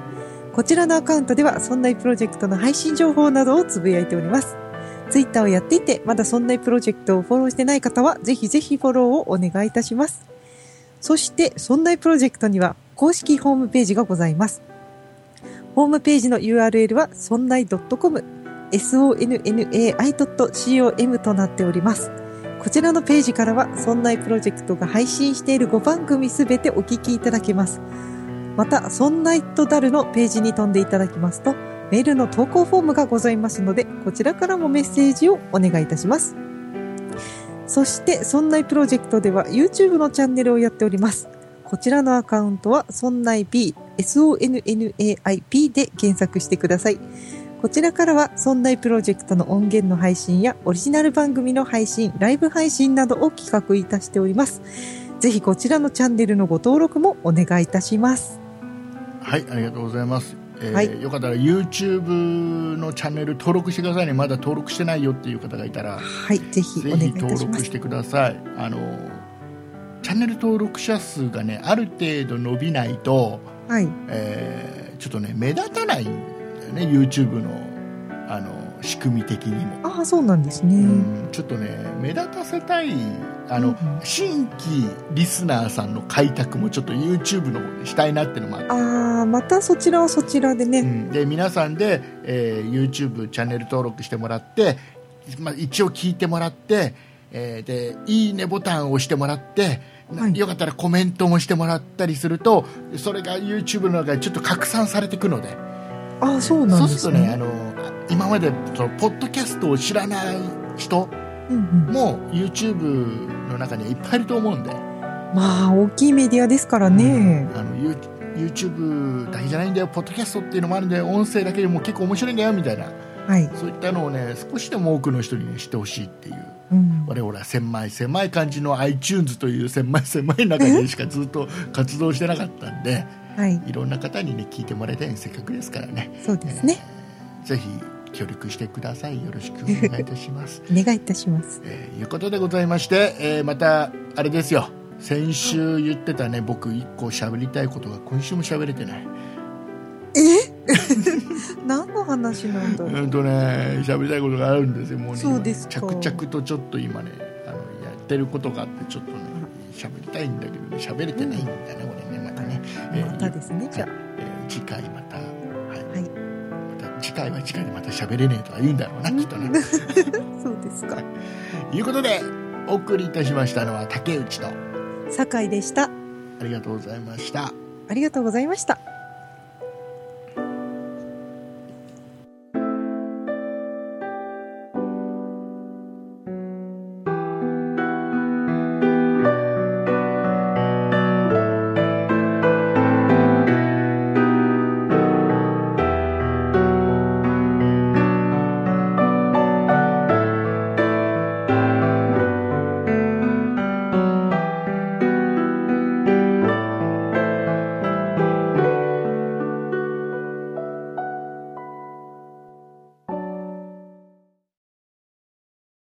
Speaker 3: こちらのアカウントでは、そんないプロジェクトの配信情報などをつぶやいております。ツイッターをやっていて、まだそんないプロジェクトをフォローしてない方は、ぜひぜひフォローをお願いいたします。そして、そんないプロジェクトには、公式ホームページがございます。ホームページの URL は、そんない .com、sonnai.com となっております。こちらのページからは、そんないプロジェクトが配信している5番組すべてお聞きいただけます。また、そんないとダルのページに飛んでいただきますと、メールの投稿フォームがございますので、こちらからもメッセージをお願いいたします。そして、そんないプロジェクトでは YouTube のチャンネルをやっております。こちらのアカウントは、そんない P、sonnaip で検索してください。こちらからは、そんないプロジェクトの音源の配信や、オリジナル番組の配信、ライブ配信などを企画いたしております。ぜひこちらのチャンネルのご登録もお願いいたします。
Speaker 2: はい、ありがとうございます。えー
Speaker 3: はい
Speaker 2: よかったら YouTube のチャンネル登録してくださいね。まだ登録してないよっていう方がいたら、
Speaker 3: はい、ぜひ
Speaker 2: ぜ
Speaker 3: お願い
Speaker 2: ひ
Speaker 3: いた
Speaker 2: 登
Speaker 3: しま
Speaker 2: 録し
Speaker 3: す。
Speaker 2: てください。あのチャンネル登録者数がねある程度伸びないと、
Speaker 3: はい。
Speaker 2: えーちょっとね目立たないんだよね YouTube のあの仕組み的にも。
Speaker 3: ああ、そうなんですね。
Speaker 2: うんちょっとね目立たせたいあの、
Speaker 3: うんうん
Speaker 2: 新規リスナーさんの開拓もちょっと YouTube の方でしたいなってのもあって、
Speaker 3: ああ、またそちらはそちらで
Speaker 2: う
Speaker 3: ね。
Speaker 2: んで皆さんで、えー YouTube チャンネル登録してもらって、まあ、一応聞いてもらって、えーでいいねボタンを押してもらって、な
Speaker 3: はい
Speaker 2: よかったらコメントもしてもらったりするとそれが YouTube の中でちょっと拡散されていくので。
Speaker 3: ああ、そうな
Speaker 2: そ
Speaker 3: ん
Speaker 2: う
Speaker 3: ですす
Speaker 2: るとね、あ
Speaker 3: ね。
Speaker 2: の今までそのポッドキャストを知らない人
Speaker 3: うんうん
Speaker 2: も YouTube の中にはいっぱいいると思うんで、
Speaker 3: まあ、大きいメディアですからね。
Speaker 2: あの You- YouTube だけじゃないんだよポッドキャストっていうのもあるんだよ音声だけでも結構面白いんだよみたいな
Speaker 3: はい。
Speaker 2: そういったのをね少しでも多くの人に、ね、知ってほしいっていう
Speaker 3: うん。
Speaker 2: 我々は狭い狭い感じの iTunes という 狭い狭い中でしかずっと活動してなかったんで
Speaker 3: はい。
Speaker 2: いろんな方にね聞いてもらいたいんでせっかくですからね
Speaker 3: そうですね。
Speaker 2: ぜひ協力してくださいよろしくお願いいたします
Speaker 3: お願いいたします。
Speaker 2: えーいうことでございまして、えーまたあれですよ先週言ってたね僕一個喋りたいことが今週も喋れてない
Speaker 3: 何の話なんだろう。
Speaker 2: うんとね喋りたいことがあるんですよもうね
Speaker 3: そうですか
Speaker 2: 今ね着々とちょっと今ねあのやってることがあってちょっとね喋りたいんだけどね喋れてないんだね、俺ねまたね、えー
Speaker 3: またですね、じゃあ。
Speaker 2: えー次回またはい、
Speaker 3: い
Speaker 2: また次回は次回でまた喋れねえとは言うんだろうなきっとな
Speaker 3: そうですか。
Speaker 2: いうことでお送りいたしましたのは竹内と
Speaker 3: 酒井でした。
Speaker 2: ありがとうございました
Speaker 3: ありがとうございました。